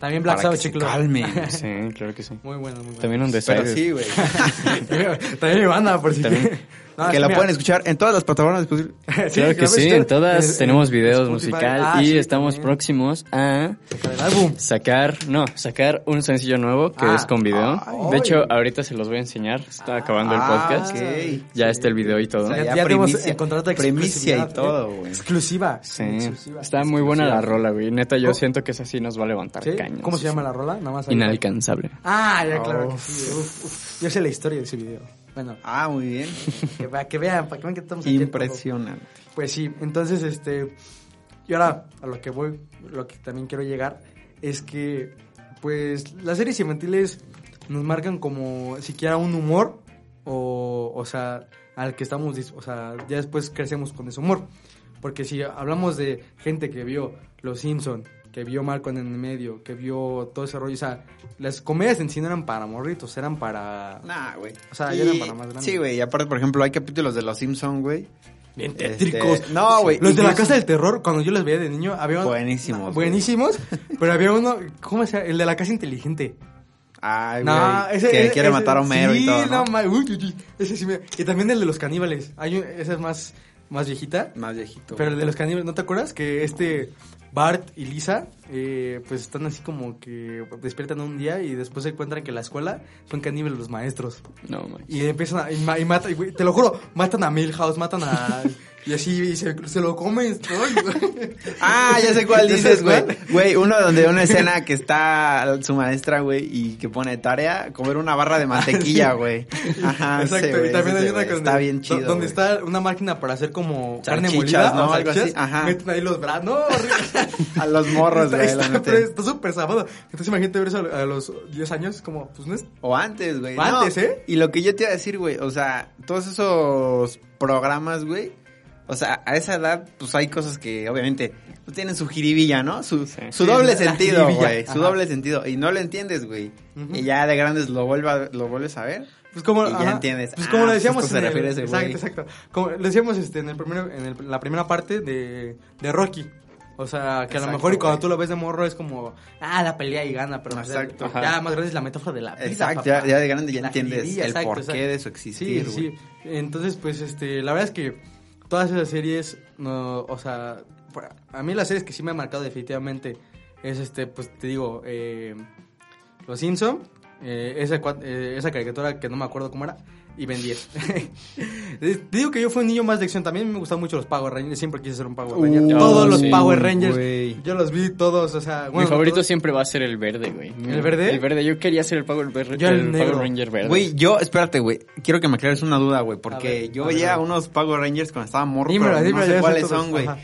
También Black
para
Sabbath,
que se
chiclo.
calmen.
Sí, claro que sí.
Muy bueno, muy bueno.
También un
Pero
desayuno.
sí, güey.
También mi banda, por si
También.
No, es
que la
mira,
pueden escuchar en todas las plataformas posibles.
sí,
Claro que
la
sí,
pueden
en
escuchar
todas
en-
tenemos
en
videos
Spotify.
musical
Ah,
y
sí,
estamos
también.
próximos a
Sacar el álbum.
sacar, no, sacar un sencillo nuevo que
Ah.
es con video.
Ay.
De hecho, ahorita se los voy a enseñar, está acabando el
ah,
podcast.
ok.
Ya está el video y
O
todo.
sea,
Ya,
ya
ya tenemos
primicia-
el contrato de
primicia
exclusividad,
y todo,
¿eh?
güey.
Exclusiva.
Sí,
Exclusiva.
está muy buena la
Exclusiva.
rola, güey. Neta, yo
¿Cómo?
siento que esa sí nos va a levantar
¿Sí?
cañas.
¿Cómo se llama la rola? Nada más ahí.
Inalcanzable.
Ah, ya, claro que sí. Uf, uf. Yo sé la historia de ese video. Bueno,
Ah, muy bien.
que- para que vean, para que vean que estamos aquí.
Impresionante.
Pues sí, entonces, este. Y ahora, a lo que voy, lo que también quiero llegar, es que, pues, las series infantiles nos marcan como siquiera un humor, o, o sea, al que estamos, dis- o sea, ya después crecemos con ese humor. Porque si hablamos de gente que vio Los Simpson, que vio Malcolm en el medio, que vio todo ese rollo, o sea, las comedias en sí no eran para morritos, eran para...
Nah, güey.
O sea, ya eran para más grandes.
Sí, güey. Y aparte, por ejemplo, hay capítulos de Los Simpson, güey.
Bien
Este,
tétricos.
no, güey,
Los de la
incluso-
Casa del Terror, cuando yo los veía de niño, había.
Buenísimos,
no,
güey.
buenísimos. pero había uno. ¿Cómo se llama? El de la Casa Inteligente.
Ay, güey.
No, ese.
que
ese-
quiere
ese-
matar a Homero
sí,
y todo. ¿no?
ma- uy, uy, uy, ese sí me- Y también el de los caníbales. Hay un- esa es más, más viejita.
Más viejito.
Pero el de los caníbales, ¿no te acuerdas? Que este Bart y Lisa, eh, pues están así como que despiertan un día y después se encuentran que en la escuela son caníbales los maestros.
No, man.
Y empiezan a. Y, ma- y mata- y, güey, te lo juro, matan a Milhouse, matan a. Y así, y se, se lo comen. ¿no?
Ah, ya sé cuál
¿Ya
dices,
sabes
güey.
cuál?
Güey, uno donde una escena que está su maestra, güey, y que pone de tarea comer una barra de mantequilla, güey. Ajá,
Ah, Exacto,
ese, Ah, güey,
y también
ese,
hay una
güey.
con-
Está bien chido.
Donde
güey.
está una máquina para hacer como carne molida,
Salchichas, ¿no?
o
Algo así,
salchichas,
ajá.
Meten ahí los brazos. No, horrible.
A los morros,
Está-
güey, la
Está
meten.
está súper sabado. Entonces imagínate ver eso a a los 10 años, como, pues no es.
O antes, güey.
O antes, ¿eh?
Y lo que yo te iba a decir, güey, o sea, todos esos programas, güey, o sea, a esa edad, pues hay cosas que obviamente pues, tienen su jiribilla, ¿no? Su, su
Sí,
doble
la
sentido,
jiribilla,
güey. Su
ajá.
doble sentido. Y no lo entiendes, güey.
Ujú.
Y ya de grandes lo, vuelva, lo vuelves a ver.
Pues como,
Y ya entiendes.
Pues
Ah,
como lo
pues
decíamos
esto se
en el-
refiere a ese
exacto,
güey.
exacto. Como lo decíamos este, en, el primero, en el- la primera parte de, de Rocky. O sea, que a lo
Exacto,
mejor y cuando
güey.
tú lo ves de morro es como, ah, la pelea y gana, pero o sea,
Exacto.
ya más grande es la metáfora de la vida.
Exacto,
papá.
ya, ya de grande ya
La
entiendes
jiribilla,
el
exacto,
porqué
exacto.
de su existir,
Sí, sí,
güey.
sí. Entonces, pues, este, la verdad es que todas esas series, no, o sea, por- a mí las series que sí me han marcado definitivamente es, este, pues, te digo, eh, Los Simpson, eh, esa, cua- eh, esa caricatura que no me acuerdo cómo era, y Ben 10. Te digo que yo fui un niño más de acción, también me gustaban mucho los Power Rangers, siempre quise ser un Power Ranger.
Uh,
todos los
sí,
Power Rangers,
güey.
yo los vi todos, o sea, bueno,
Mi favorito
todos-
siempre va a ser el verde, güey.
¿El verde?
El verde. Yo quería ser el Power, Ver-
Yo el
el
negro.
Power Ranger verde.
Güey, yo, espérate, güey. Quiero que me aclares una duda, güey.
A
Porque
ver,
yo
a ver,
veía
a ver.
unos Power Rangers cuando estaba morro,
Dímelo,
pero
dímelo,
no
ya
sé
sé
cuáles
todos,
son, güey.
ajá.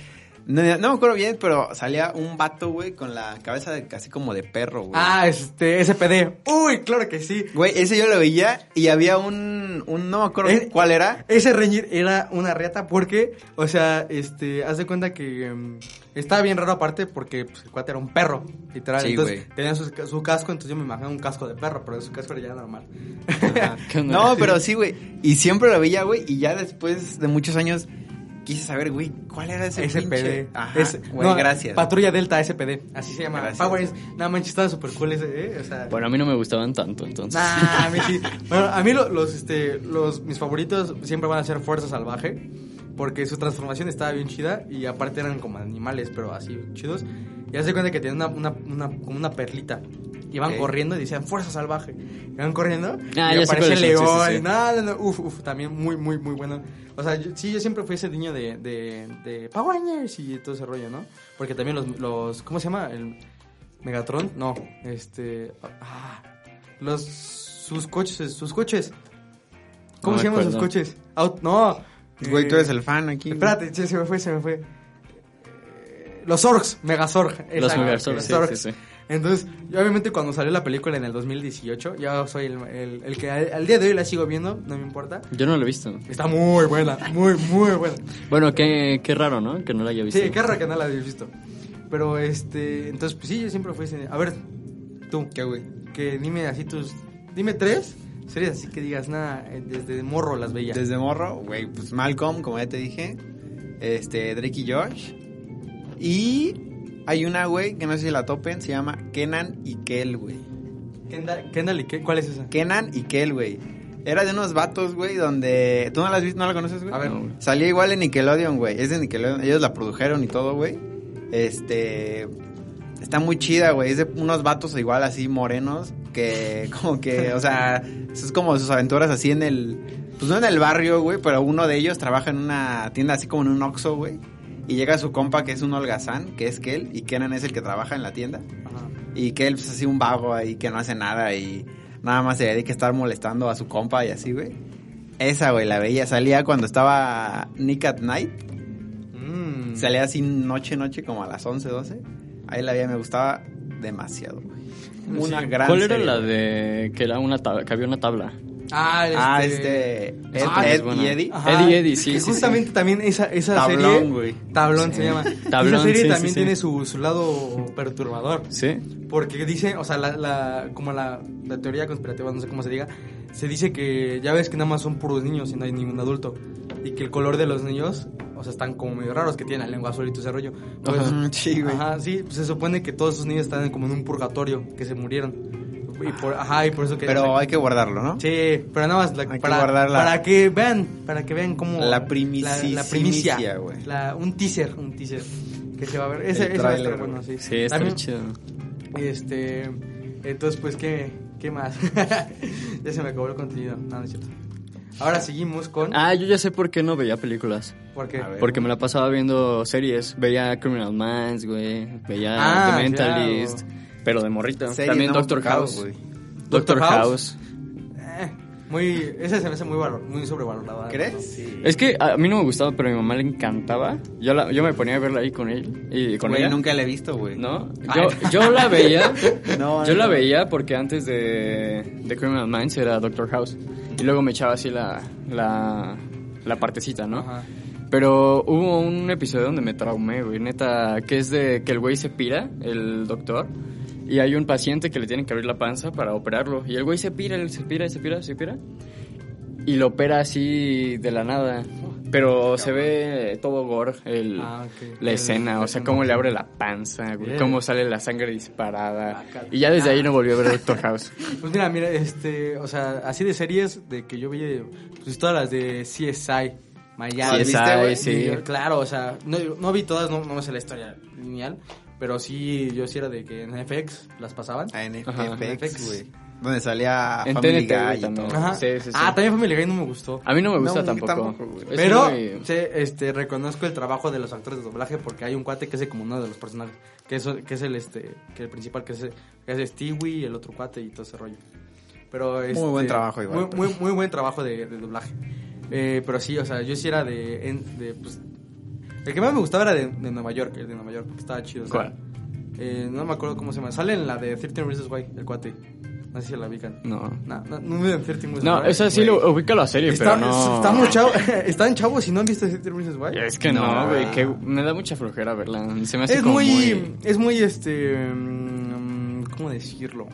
No, no me acuerdo bien, pero salía un vato, güey, con la cabeza de- casi como de perro, güey.
Ah, este, SPD. Uy, claro que sí.
Güey, ese yo lo veía y había un, un no me acuerdo
Es-
cuál era.
Ese reñir era una reata porque, o sea, este, haz de cuenta que em, estaba bien raro aparte porque pues, el cuate era un perro, literal.
Sí,
entonces
güey.
tenía su, su casco, entonces yo me imaginaba un casco de perro, pero su casco era ya normal.
¿Qué onda?
No, pero sí, güey. Y siempre lo veía, güey. Y ya después de muchos años quise saber, güey, cuál era ese pinche.
SPD.
Ajá,
Es-
güey,
no,
gracias.
Patrulla Delta SPD, así se llama.
Gracias.
Power Rangers. Nada manches, estaba súper cool ese, eh, o sea.
Bueno, a mí no me gustaban tanto, entonces.
Nah, a mí sí. Bueno, a mí lo- los, este, los, mis favoritos siempre van a ser Fuerza Salvaje, porque su transformación estaba bien chida y aparte eran como animales, pero así chidos. Y hace cuenta que tenían una, una, una, como una perlita. Iban
Ok.
corriendo y decían Fuerza Salvaje. Iban corriendo
Ah,
y
ya sé
aparece
cuáles
el
son, sí,
león.
sí, sí.
y nada, no, no, uf, uf, también muy, muy, muy bueno. O sea, yo- sí, yo siempre fui ese niño de, de, de Power Rangers y todo ese rollo, ¿no? Porque también los, los ¿cómo se llama? El Megatron, no, este, ah, los sus coches, sus coches. ¿Cómo
No
se
me
llaman sus
acuerdo.
coches? Aut- no.
Güey,
eh,
tú eres el fan aquí. güey.
Espérate, sí, se me fue, se me fue. Eh, Los Zorgs, Megazorg.
Los
exacto,
Megazords, sí,
Zorgs.
sí, sí.
Entonces, yo obviamente cuando salió la película en el 2018, yo soy el, el- el que al, al día de hoy la sigo viendo, no me importa.
Yo no lo he visto.
Está muy buena, muy, muy buena.
Bueno, qué, qué raro, ¿no? Que no lo haya visto.
Sí, qué raro que no la habéis visto. Pero, este, entonces, pues sí, yo siempre fui... ese- A ver, tú. ¿Qué, güey? Que dime así tus... Dime tres series así que digas, nada, eh, desde morro las veía.
Desde morro, güey, pues Malcolm, como ya te dije. Este, Drake y George. Y hay una, güey, que no sé si la topen, se llama Kenan y Kel, güey.
Kendall, Kendall y qué, ¿cuál es esa?
Kenan y Kel, güey. Era de unos vatos, güey, donde... ¿Tú no la has visto? ¿No la conoces, güey?
A ver.
No, güey.
Salía igual en Nickelodeon, güey. Es de Nickelodeon. Ellos la produjeron y todo, güey. Este... Está muy chida, güey. Es de unos vatos igual así morenos que como que, o sea, es como sus aventuras así en el... Pues no en el barrio, güey, pero uno de ellos trabaja en una tienda así como en un Oxxo, güey. Y llega su compa que es un holgazán, que es Kel, y Kenan es el que trabaja en la tienda.
Ajá.
Y que él es así un vago ahí que no hace nada y nada más se dedica a estar molestando a su compa y así, güey. Esa, güey, la veía. Salía cuando estaba Nick at Night.
Mm.
Salía así noche, noche, como a las 11, 12. Ahí la veía, me gustaba demasiado, güey. Una gran
¿Cuál era
serie,
la
güey.
de que era una tabla, que había una tabla?
Ah, este...
Ah, este... Ed,
Ah,
Ed
es buena.
y Eddie.
Ajá,
Eddie, Eddie, sí,
que
sí, sí.
justamente también esa, esa
Tablón,
serie...
güey.
Tablón se llama.
Tablón,
esa serie
sí, sí,
también
sí.
tiene su, su lado perturbador.
Sí.
Porque dice, o sea, la, la- como la, la teoría conspirativa, no sé cómo se diga, se dice que ya ves que nada más son puros niños y no hay ningún adulto. Y que el color de los niños, o sea, están como medio raros, que tienen la lengua azul y todo ese rollo. Pues,
Ajá, sí, güey.
Ajá, sí, pues se supone que todos esos niños están como en un purgatorio, que se murieron. Y por, ajá, y por eso que...
Pero hay que guardarlo, ¿no?
Sí, pero nada más la-
Hay que
para,
guardarla.
para que vean, para que vean cómo
La
la, la
primicia,
primicia,
güey.
la- un teaser, un teaser que se va a ver. Ese,
El
ese va a estar
tráiler,
bueno, sí.
güey.
Sí, está
También-
bien chido.
este, entonces, pues, ¿qué, qué más? ya se me acabó el contenido. No, no es cierto. Ahora seguimos con...
Ah, yo ya sé por qué no veía películas.
porque,
a ver.
Porque me la pasaba viendo series. Veía Criminal Minds, güey. Veía
Ah,
The Mentalist. Pero de morrito.
Serie
También
no
Doctor
buscado,
House.
güey.
¿Doctor
Doctor
House?
House.
eh, muy, ese se me hace muy, valor, muy sobrevalorado.
¿Crees? Sí.
Es que a mí no me gustaba, pero a mi mamá le encantaba. Yo, la- yo me ponía a verla ahí con él. Y con
Güey,
ella.
nunca la he visto, güey. Ah,
¿No? Yo, yo la veía.
No,
yo
no.
la veía porque antes de, de Criminal Minds era Doctor House. Y luego me echaba así la, la, la partecita, ¿no?
Ajá.
Pero hubo un episodio donde me traumé, güey, neta, que es de que el güey se pira, el doctor, y hay un paciente que le tienen que abrir la panza para operarlo. Y el güey se pira, él se pira, se pira, se pira, y lo opera así de la nada. Pero se ve todo gore el,
Ah, ok.
la escena,
El-
o sea, cómo le abre la panza, güey,
Bien.
cómo sale la sangre disparada.
caray.
Y ya desde ahí no volví a ver Doctor House.
Pues mira, mira, este, o sea, así de series de que yo veía, pues todas las de CSI, Miami.
¿Las viste, güey?
sí.
Y yo, claro, o sea, no, no vi todas, no, no me sé la historia lineal, pero sí, yo sí era de que en FX las pasaban.
Ah, en
Ajá.
FX, güey. Donde salía
En
Family
TNT
Guy y
también.
todo.
Ajá.
Sí, sí, sí.
Ah, también Family Guy no me gustó.
A mí no me gusta
No,
tampoco.
tampoco, güey.
Es
Pero
muy-
sí, este, reconozco el trabajo de los actores de doblaje porque hay un cuate que es como uno de los personajes, que es, que es el este, que el principal, que es, que es Stewie, el otro cuate y todo ese rollo. Pero este,
buen trabajo igual,
Muy,
pues.
muy, muy buen trabajo de, de doblaje. Eh, pero sí, o sea, yo sí era de, en- de, pues, el que más me gustaba era de, de Nueva York, el de Nueva York, porque estaba chido. o sea,
¿Cuál?
eh, no me acuerdo cómo se llama. Sale en la de 13 Reasons Why, el cuate. No sé si la ubican.
No.
No, no, no me 13 Reasons
Pues No,
Why,
esa sí
güey.
lo ubica la serie,
Está-
pero no.
estamos chavo- están chavos si no han visto City Reasons Why.
Es que
No.
no, güey. que me da mucha flojera verla. Se me hace
Es
como
muy, Es muy este. mm, ¿Cómo decirlo?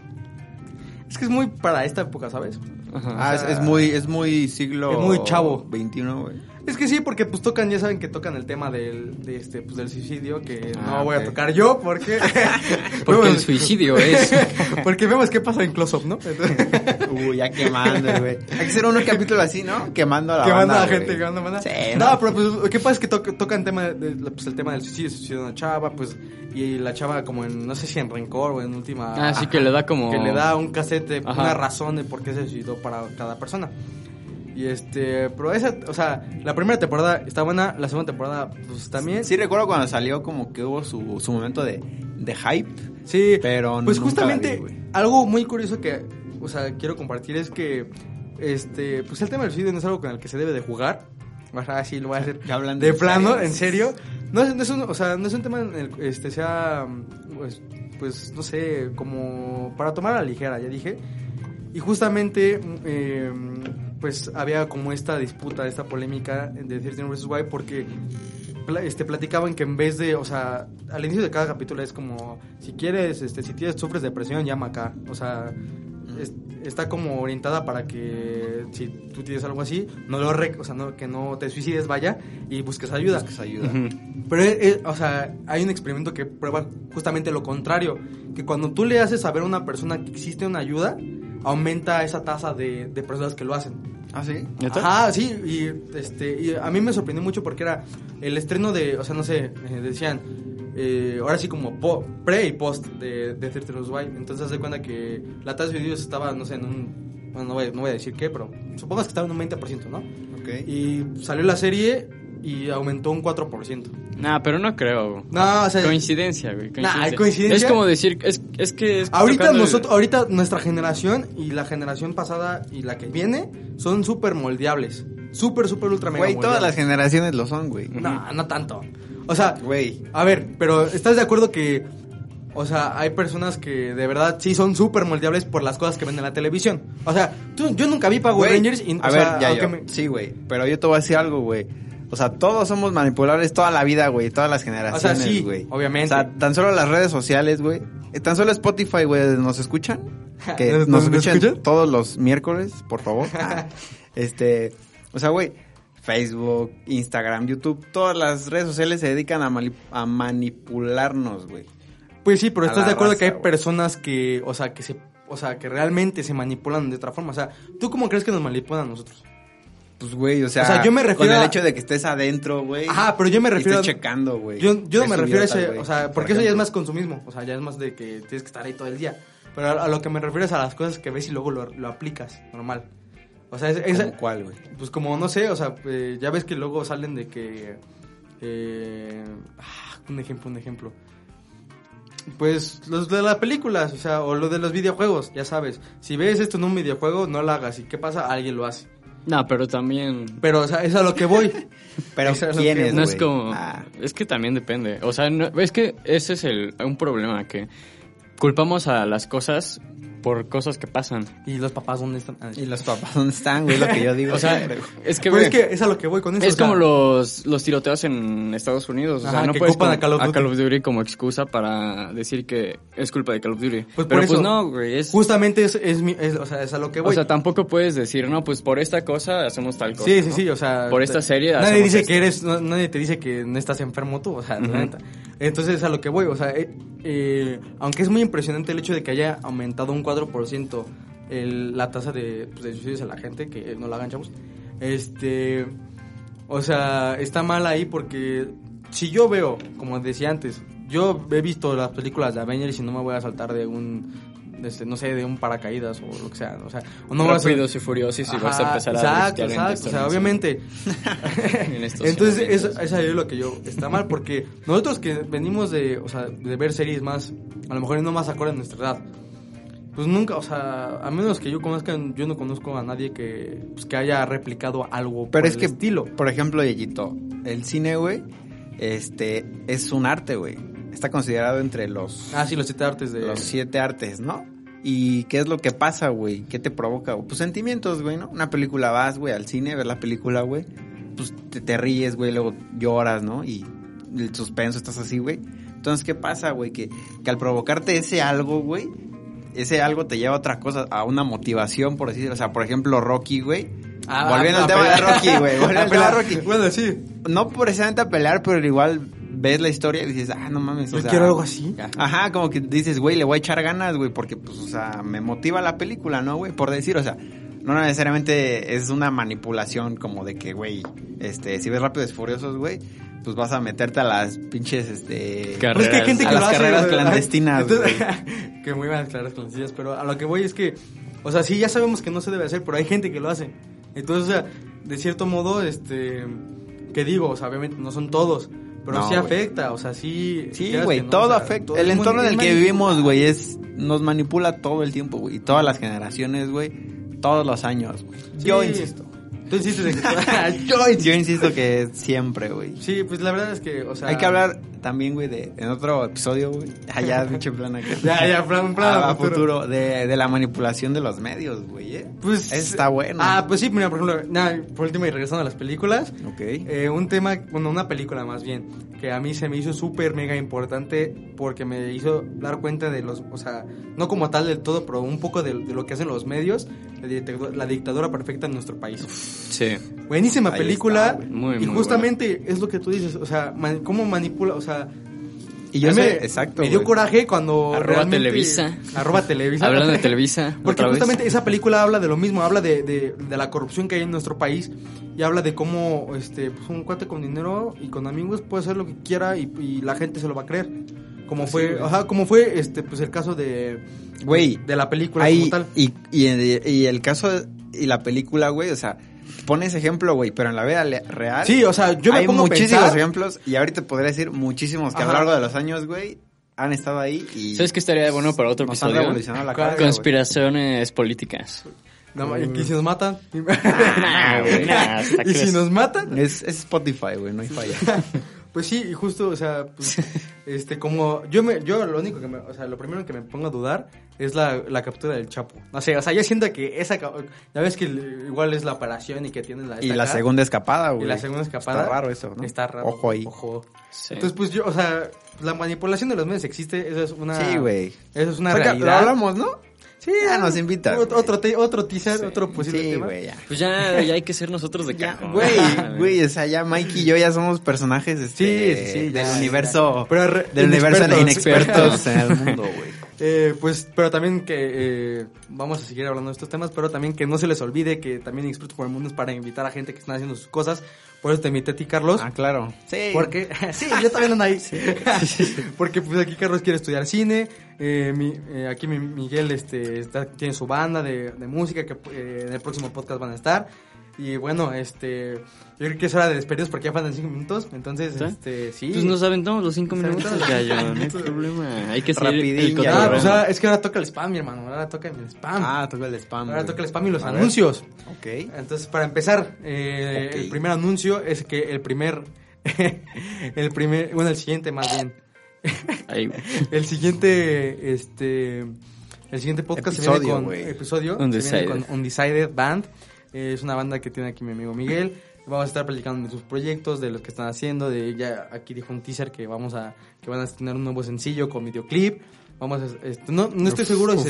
Es que es muy para esta época, ¿sabes?
Ajá.
Ah, es, es muy, es muy siglo...
Es muy chavo.
21, güey.
Es que sí, porque pues tocan, ya saben que tocan el tema del, de este, pues, del suicidio, que
Ah,
no voy
ok.
a tocar yo porque...
Porque el
vemos-
suicidio es.
porque vemos qué pasa en Close Up, ¿no? Entonces-
Uy, ya quemando, güey. Hay que hacer un capítulo así, ¿no? Quemando a la
que
banda,
manda la
güey.
gente, que manda, manda.
Sí,
no, pero pues, ¿qué pasa? Es que to- tocan tema de- de- pues, el tema del suicidio, suicidio de una chava, pues, y la chava como en, no sé si en rencor o en última...
Ah, sí, que le da como-
Que le da un casete,
Ajá.
una razón de por qué se suicidó para cada persona. Y este, pero esa, o sea, la primera temporada está buena, la segunda temporada, pues, también.
Sí recuerdo cuando salió como que hubo su, su momento de, de hype.
Sí,
Pero nunca
pues
la
justamente
vi, güey.
algo muy curioso que, o sea, quiero compartir es que, este, pues el tema del suicidio no es algo con el que se debe de jugar. Ajá, sí, lo voy a hacer.
Ya hablan de
de, plano,
ustedes.
en serio. No es, no es un, o sea, no es un tema en el que este, sea, pues, pues, no sé, como para tomar a la ligera, ya dije. Y justamente, mm, eh, pues había como esta disputa, esta polémica de 13 vs. Why porque pla- este, platicaban que en vez de, o sea, al inicio de cada capítulo es como, si quieres, este, si tienes, sufres depresión, llama acá. O sea, es- está como orientada para que si tú tienes algo así, no lo rec- o sea, no, que no te suicides, vaya, y busques ayuda.
Busques ayuda.
Pero, eh, eh, o sea, hay un experimento que prueba justamente lo contrario, que cuando tú le haces saber a una persona que existe una ayuda, aumenta esa tasa de, de personas que lo hacen.
¿Ah, sí?
¿Neta?
Ajá, sí, y, este, y a mí me sorprendió mucho porque era el estreno de, o sea, no sé, eh, decían, eh, ahora sí como po- pre y post de, de Thirty Reasons Why. entonces se cuenta que la tasa de videos estaba, no sé, en un, bueno, no voy, no voy a decir qué, pero supongas que estaba en un 20%, ¿no?
Ok.
Y salió la serie y aumentó un 4%.
Nah, pero no creo.
No, o sea,
Coincidencia, güey.
Nah,
Coincidencia.
¿hay coincidencia?
Es como decir. Es, es que. es
ahorita
tocando el-
nosotros, ahorita nuestra generación y la generación pasada y la que viene son súper moldeables. Súper, súper ultra mega Mm.
Güey, todas las
moldeables.
generaciones lo son, güey.
No, no tanto. O sea,
Güey.
a ver, pero ¿estás de acuerdo que o sea, hay personas que de verdad sí son súper moldeables por las cosas que ven en la televisión? O sea, tú- yo nunca vi Power
Güey,
Rangers y
a ver,
o sea,
ya
aunque
yo.
me-
Sí, güey. Pero yo te voy a decir algo, güey. O sea, todos somos manipulables toda la vida, güey. Todas las generaciones,
sí,
güey.
obviamente.
O sea, tan solo las redes sociales, güey. Eh, Tan solo Spotify, güey. ¿Nos escuchan? Que
¿Nos-
nos,
nos
escuchen
escuchan?
todos los miércoles, por favor. Ah, este... O sea, güey. Facebook, Instagram, YouTube. Todas las redes sociales se dedican a, mali- a manipularnos, güey.
Pues sí, pero
a
estás
la
de acuerdo
raza,
que hay
güey.
personas que, o sea, que se o sea, que realmente se manipulan de otra forma. O sea, ¿tú cómo crees que nos manipulan a nosotros?
Pues, güey, o sea...
O sea, yo me refiero
Con el
a-
hecho de que estés adentro, güey.
Ajá, pero yo me
y
refiero
estés
a-
checando, güey.
Yo, yo no
Es
me
un
refiero a
idiota,
ese,
güey,
o sea,
por
porque eso ya es
ejemplo.
más consumismo, o sea, ya es más de que tienes que estar ahí todo el día. Pero a, a lo que me refiero es a las cosas que ves y luego lo, lo aplicas, normal. O sea, es, es-
¿Cómo cuál, güey?
pues como, no sé, o sea, eh, ya ves que luego salen de que... eh, ah, un ejemplo, un ejemplo. Pues los de las películas, o sea, o lo de los videojuegos, ya sabes. Si ves esto en un videojuego, no lo hagas. ¿Y qué pasa? Alguien lo hace.
Nah, pero también.
Pero, o sea, es a lo que voy.
Pero
Eso es lo
¿quién
que-
es,
No
güey?
es como.
Ah,
Es que también depende. O sea, no- es que ese es el, un problema que culpamos a las cosas por cosas que pasan.
¿Y los papás dónde están? Ah,
¿Y los papás dónde están, güey? Lo que yo digo.
O sea,
siempre, güey.
es que,
Pero
güey,
es que es a lo que voy con eso.
es
o sea,
como los, los tiroteos en Estados Unidos. O sea,
Ajá,
no
que
puedes
ocupan
como-
a Call of Duty.
como excusa para decir que es culpa de Call of Duty.
Pues por
Pero pues
eso,
no, güey. Es,
Justamente es, es, mi- es- o sea, es a lo que voy.
o sea, tampoco puedes decir, no, pues por esta cosa hacemos tal cosa.
sí, sí,
¿no?
sí, o sea...
Por esta serie
Nadie
hacemos
dice
esto.
que eres... no- nadie te dice que no estás enfermo tú, o sea, la neta. Entonces es a lo que voy, o sea, eh, eh, aunque es muy impresionante el hecho de que haya aumentado un 4% el- la tasa de, pues, de suicidios a la gente, que no la hagan, chavos, este... O sea, está mal ahí porque si yo veo, como decía antes, yo he visto las películas de Avengers y no me voy a saltar de un este, no sé, de un paracaídas o lo que sea. O sea, o
No
no vas a-
Rápidos y furiosos y vas a
Ajá,
empezar a
Exacto,
driftear
exacto.
en
O sea,
estaciones.
obviamente.
En estacionamientos.
Entonces, eso, eh, eso es lo que yo. Está mal porque nosotros que venimos de, o sea, de ver series más, a lo mejor no más acorde a nuestra edad. Pues nunca, o sea, a menos que yo conozca, yo no conozco a nadie que, pues, que haya replicado algo. por
Pero es
el
que,
estilo.
por ejemplo, Yeyito, el cine, güey, este, es un arte, güey. Está considerado entre los,
Ah, sí, los siete artes de.
los siete artes, ¿no? ¿Y qué es lo que pasa, güey? ¿Qué te provoca? güey? Pues sentimientos, güey, ¿no? Una película vas, güey, al cine, ves la película, güey. Pues te, te ríes, güey, luego lloras, ¿no? Y el suspenso, estás así, güey. Entonces, ¿qué pasa, güey? Que, que al provocarte ese algo, güey, ese algo te lleva a otra cosa, a una motivación, por decirlo. O sea, por ejemplo, Rocky, güey.
Ah,
volviendo
a-
al tema
a
de
pelear.
Rocky, güey. Volviendo
A
al tema de
pelear.
Rocky.
Bueno, sí.
No precisamente a pelear, pero igual ves la historia y dices, ah, no mames. o
Yo
sea,
quiero algo así.
Ajá, como que dices, güey, le voy a echar ganas, güey, porque, pues, o sea, me motiva la película, ¿no, güey? Por decir, o sea, no necesariamente es una manipulación como de que, güey, este, si ves Rápidos y Furiosos, güey, pues vas a meterte a las pinches, este...
Car-
Pues es que hay
Carreras.
gente que
A
lo
las
hace,
carreras
güey.
clandestinas,
Entonces- que muy buenas carreras clandestinas, pero a lo que voy es que, o sea, sí, ya sabemos que no se debe hacer, pero hay gente que lo hace. Entonces, o sea, de cierto modo, este, ¿qué digo? O sea, obviamente no son todos, pero
No,
sí
güey.
afecta, o sea, sí.
Sí,
quieras
güey,
que no,
todo
o sea,
afecta.
todo
el
mundo
entorno en
es
el que
manipulado.
vivimos, güey, es nos manipula todo el tiempo, güey, y todas las generaciones, güey, todos los años, güey.
Sí.
Yo insisto.
Tú insistes en que-
Yo, yo insisto que siempre, güey.
Sí, pues la verdad es que, o sea.
Hay que hablar también, güey, de, en otro episodio, güey. Allá, pinche plan acá.
Ya, ya, plan, plan,
A- a
futuro.
futuro. de, de la manipulación de los medios, güey, ¿eh?
Pues.
Está bueno.
Ah, pues sí, mira, por ejemplo, nada, por último, y regresando a las películas.
Ok.
Eh, un tema, bueno, una película más bien, que a mí se me hizo súper mega importante porque me hizo dar cuenta de los, o sea, no como tal del todo, pero un poco de, de lo que hacen los medios, la, dictadura- la dictadura perfecta en nuestro país.
Sí.
Buenísima
Ahí
película
está, güey.
Muy,
y
muy
justamente es lo que tú dices, o sea, man- cómo manipula, o sea,
y yo
a mí
sé, exacto,
me dio
güey.
coraje cuando
Arroba
realmente-
Televisa.
arroba Televisa.
Hablando de Televisa.
Porque
otra vez.
justamente esa película habla de lo mismo, habla de, de- de la corrupción que hay en nuestro país y habla de cómo este, pues, un cuate con dinero y con amigos puede hacer lo que quiera y, y la gente se lo va a creer. Como fue, ajá, como fue este, pues, el caso de,
Güey,
de la película
Ahí-
como tal.
Y, y, en- y el caso y la película, güey, o sea, pones ejemplo, güey, pero en la vida le- real.
Sí, o sea, yo me
hay
pongo a
muchísimos
pensar-
ejemplos y ahorita podría decir muchísimos que a
Ajá.
lo largo de los años, güey, han estado ahí y
¿Sabes qué estaría bueno para otro
nos han
episodio?
revolucionado la
Claro,
cara.
Conspiraciones políticas.
No, ma- y si nos matan.
Mm. Ah, güey, nah, hasta
y
crees.
si nos matan.
Es, es Spotify, güey, no hay falla.
Pues sí, y justo, o sea, pues, este, como yo me, yo lo único que me, o sea, lo primero que me pongo a dudar es la, la captura del Chapo. No sé, o sea, yo siento que esa, ca- ya ves que el- igual es la operación y que tiene la.
Y
esta
la
acá,
segunda escapada,
y
güey.
la segunda escapada.
Está raro eso, ¿no?
Está raro.
Ojo ahí.
Ojo.
Sí.
Entonces, pues yo, o sea, la manipulación de los medios existe, eso es una.
Sí, güey.
Eso es una
Saca-
realidad.
Lo hablamos, ¿no?
Sí,
Ya nos invitas,
Otro,
güey.
otro, te- otro teaser, otro posible
Sí,
tema. Ah,
güey, ya.
Pues ya, ya hay que ser nosotros de
Ya,
acá.
Güey, güey, o sea, ya Mike y yo ya somos personajes este,
Sí, sí, sí,
del
ya,
universo,
ya. Pero re-
del universo de
inexpertos.
inexpertos en el mundo, güey.
Eh, pues, pero también que eh, vamos a seguir hablando de estos temas, pero también que no se les olvide que también Expertos por el Mundo es para invitar a gente que están haciendo sus cosas. Por eso te invité a ti, Carlos.
Ah, claro. Sí.
Porque, sí, yo también ando ahí. porque pues aquí Carlos quiere estudiar cine. eh, mi- eh, aquí mi- Miguel este, está- tiene su banda de, de música que eh, en el próximo podcast van a estar. Y bueno, este, yo creo que es hora de despedirnos porque ya faltan cinco minutos. Entonces,
¿Sí?
este, sí.
Pues nos aventamos los cinco
Nos
minutos,
aventamos los
gallo,
cinco
no hay
minutos.
problema. Hay que seguir
Rapidín,
el
ya.
Ah,
cotorreo.
pues ahora- es que ahora toca el spam, mi hermano. Ahora toca el spam.
Ah, toca el spam.
Ahora
güey.
toca el spam y los
A ver.
anuncios.
Ok.
Entonces, para empezar, eh,
Ok.
el primer anuncio es que el primer. el primer. Bueno, el siguiente más bien. ah.
Ahí, güey.
El siguiente. Este. El siguiente podcast se viene
Episodio,
con.
güey.
Episodio. Se
Undecided.
viene con Undecided Band. Eh, es una banda que tiene aquí mi amigo Miguel. Vamos a estar platicando de sus proyectos, de los que están haciendo. De ya aquí dijo un teaser que vamos a. Que van a tener un nuevo sencillo con videoclip. Vamos a. este, no, no estoy seguro si.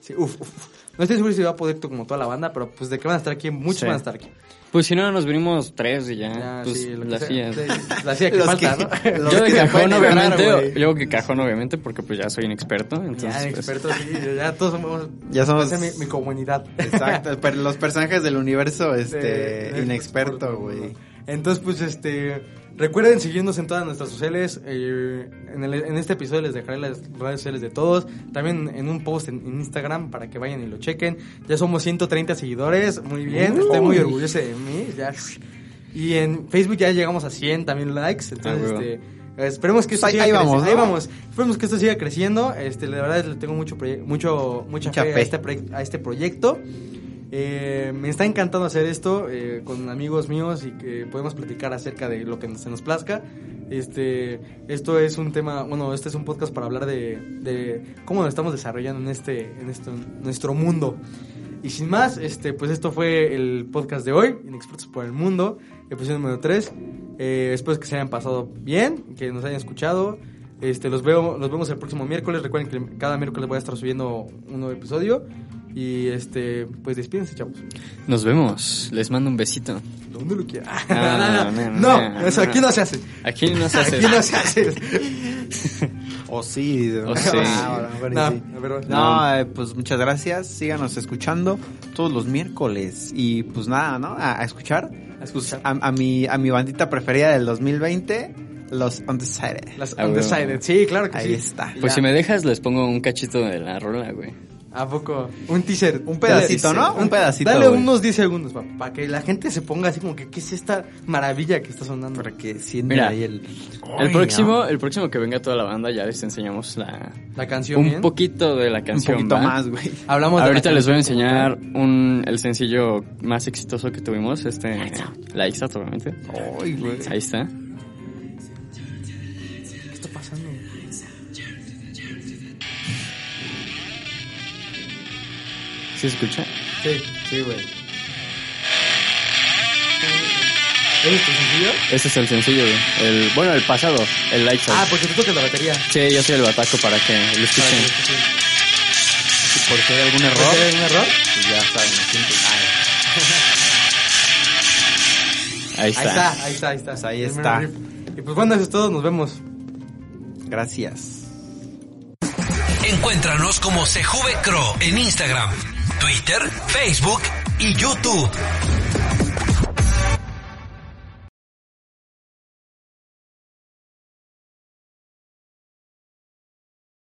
si- uf, uf. No estoy seguro si va a poder como toda la banda, pero pues de que van a estar aquí, muchos
Sí.
van a estar aquí.
Pues si no, nos venimos tres y ya.
Ya,
pues
sí, lo que
la
sea.
hacías.
Sí, la silla que
Los
falta,
que-
¿no?
los
Yo de
que se pueden
cajón,
liberar,
obviamente.
güey.
yo de cajón, obviamente, porque pues ya soy inexperto. Entonces,
Ya,
pues,
expertos, sí, ya todos somos.
Ya somos-
esa es mi, mi comunidad.
Exacto, pero los personajes del universo este
De- de-
inexperto, güey.
Entonces, pues, este, recuerden seguirnos en todas nuestras sociales. eh, en, el- en este episodio les dejaré las redes sociales de todos. También en un post en, en Instagram para que vayan y lo chequen. Ya somos 130 seguidores, muy bien. Estoy muy orgulloso de mí. ya. Y en Facebook ya llegamos a 100 también likes. Entonces,
Ah, huevo.
este, esperemos que esto
Pues ahí-
siga
ahí
creci-
vamos,
Ahí
¿no?
vamos. Esperemos que esto siga creciendo. Este, la verdad le tengo mucho, proye- mucho mucha,
Mucha
fe, A,
fe.
este proye- a este proyecto. Eh, me está encantando hacer esto eh, con amigos míos y que podemos platicar acerca de lo que se nos plazca. Este, esto es un tema, bueno, este es un podcast para hablar de, de cómo nos estamos desarrollando en este, en esto- en nuestro mundo. Y sin más, este, pues esto fue el podcast de hoy, Inexpertos por el Mundo, episodio número 3. espero que se hayan pasado bien, que nos hayan escuchado. Este, los, veo, los vemos el próximo miércoles. Recuerden que cada miércoles voy a estar subiendo un nuevo episodio. Y este, pues despídense, chavos.
Nos vemos. Les mando un besito.
Donde lo quieran.
No, no,
No,
no,
eso
no.
aquí no se hace.
Aquí no se hace.
Aquí no se hace.
O sí.
O sí.
Ah, bueno,
No,
sí.
a ver,
No, eh, pues muchas gracias. Síganos escuchando todos los miércoles. Y pues nada, ¿no? A, a escuchar.
A escuchar.
Pues, a, a mi, a mi bandita preferida del 2020, los Undecided.
Las
Ah, bueno.
undecided. Sí, claro que
Ahí
sí.
está.
Pues
Ya.
si me dejas, les pongo un cachito de la rola, güey.
¿A poco? Un teaser. Un
pedacito, ¿no? Un pedacito,
Dale
güey.
unos 10 segundos, papá, para que la gente se ponga así como que, ¿qué es esta maravilla que está sonando?
Para que sientan
Mira,
ahí el...
El
Ay,
próximo,
no.
el próximo que venga toda la banda, ya les enseñamos la
La canción,
un
bien.
poquito de la
Un
canción.
poquito
¿va?
más, güey.
Hablamos de la
Ahorita les voy
canción.
a enseñar un el sencillo más exitoso que tuvimos, este la Isa, obviamente.
Ay, güey.
Ahí está.
¿Qué está pasando?
¿Sí se escucha?
Sí, sí, güey. ¿Eres tu sencillo?
Ese es el sencillo, güey. El, bueno, el pasado, el Lights
Ah,
Out.
porque tú tocas la batería.
Sí, yo soy el bataco para que lo
Para que
escuchen.
lo escuchen.
¿Por qué hay algún
¿Por qué
error?
hay un error?
Pues ya saben. lo siento. Ay,
Ahí
Ahí
está.
está, ahí está, ahí está.
Pues ahí
El mero
está.
riff. Y pues bueno, eso es todo, nos vemos.
Gracias.
Encuéntranos como CJV Cro en Instagram, Twitter, Facebook y YouTube.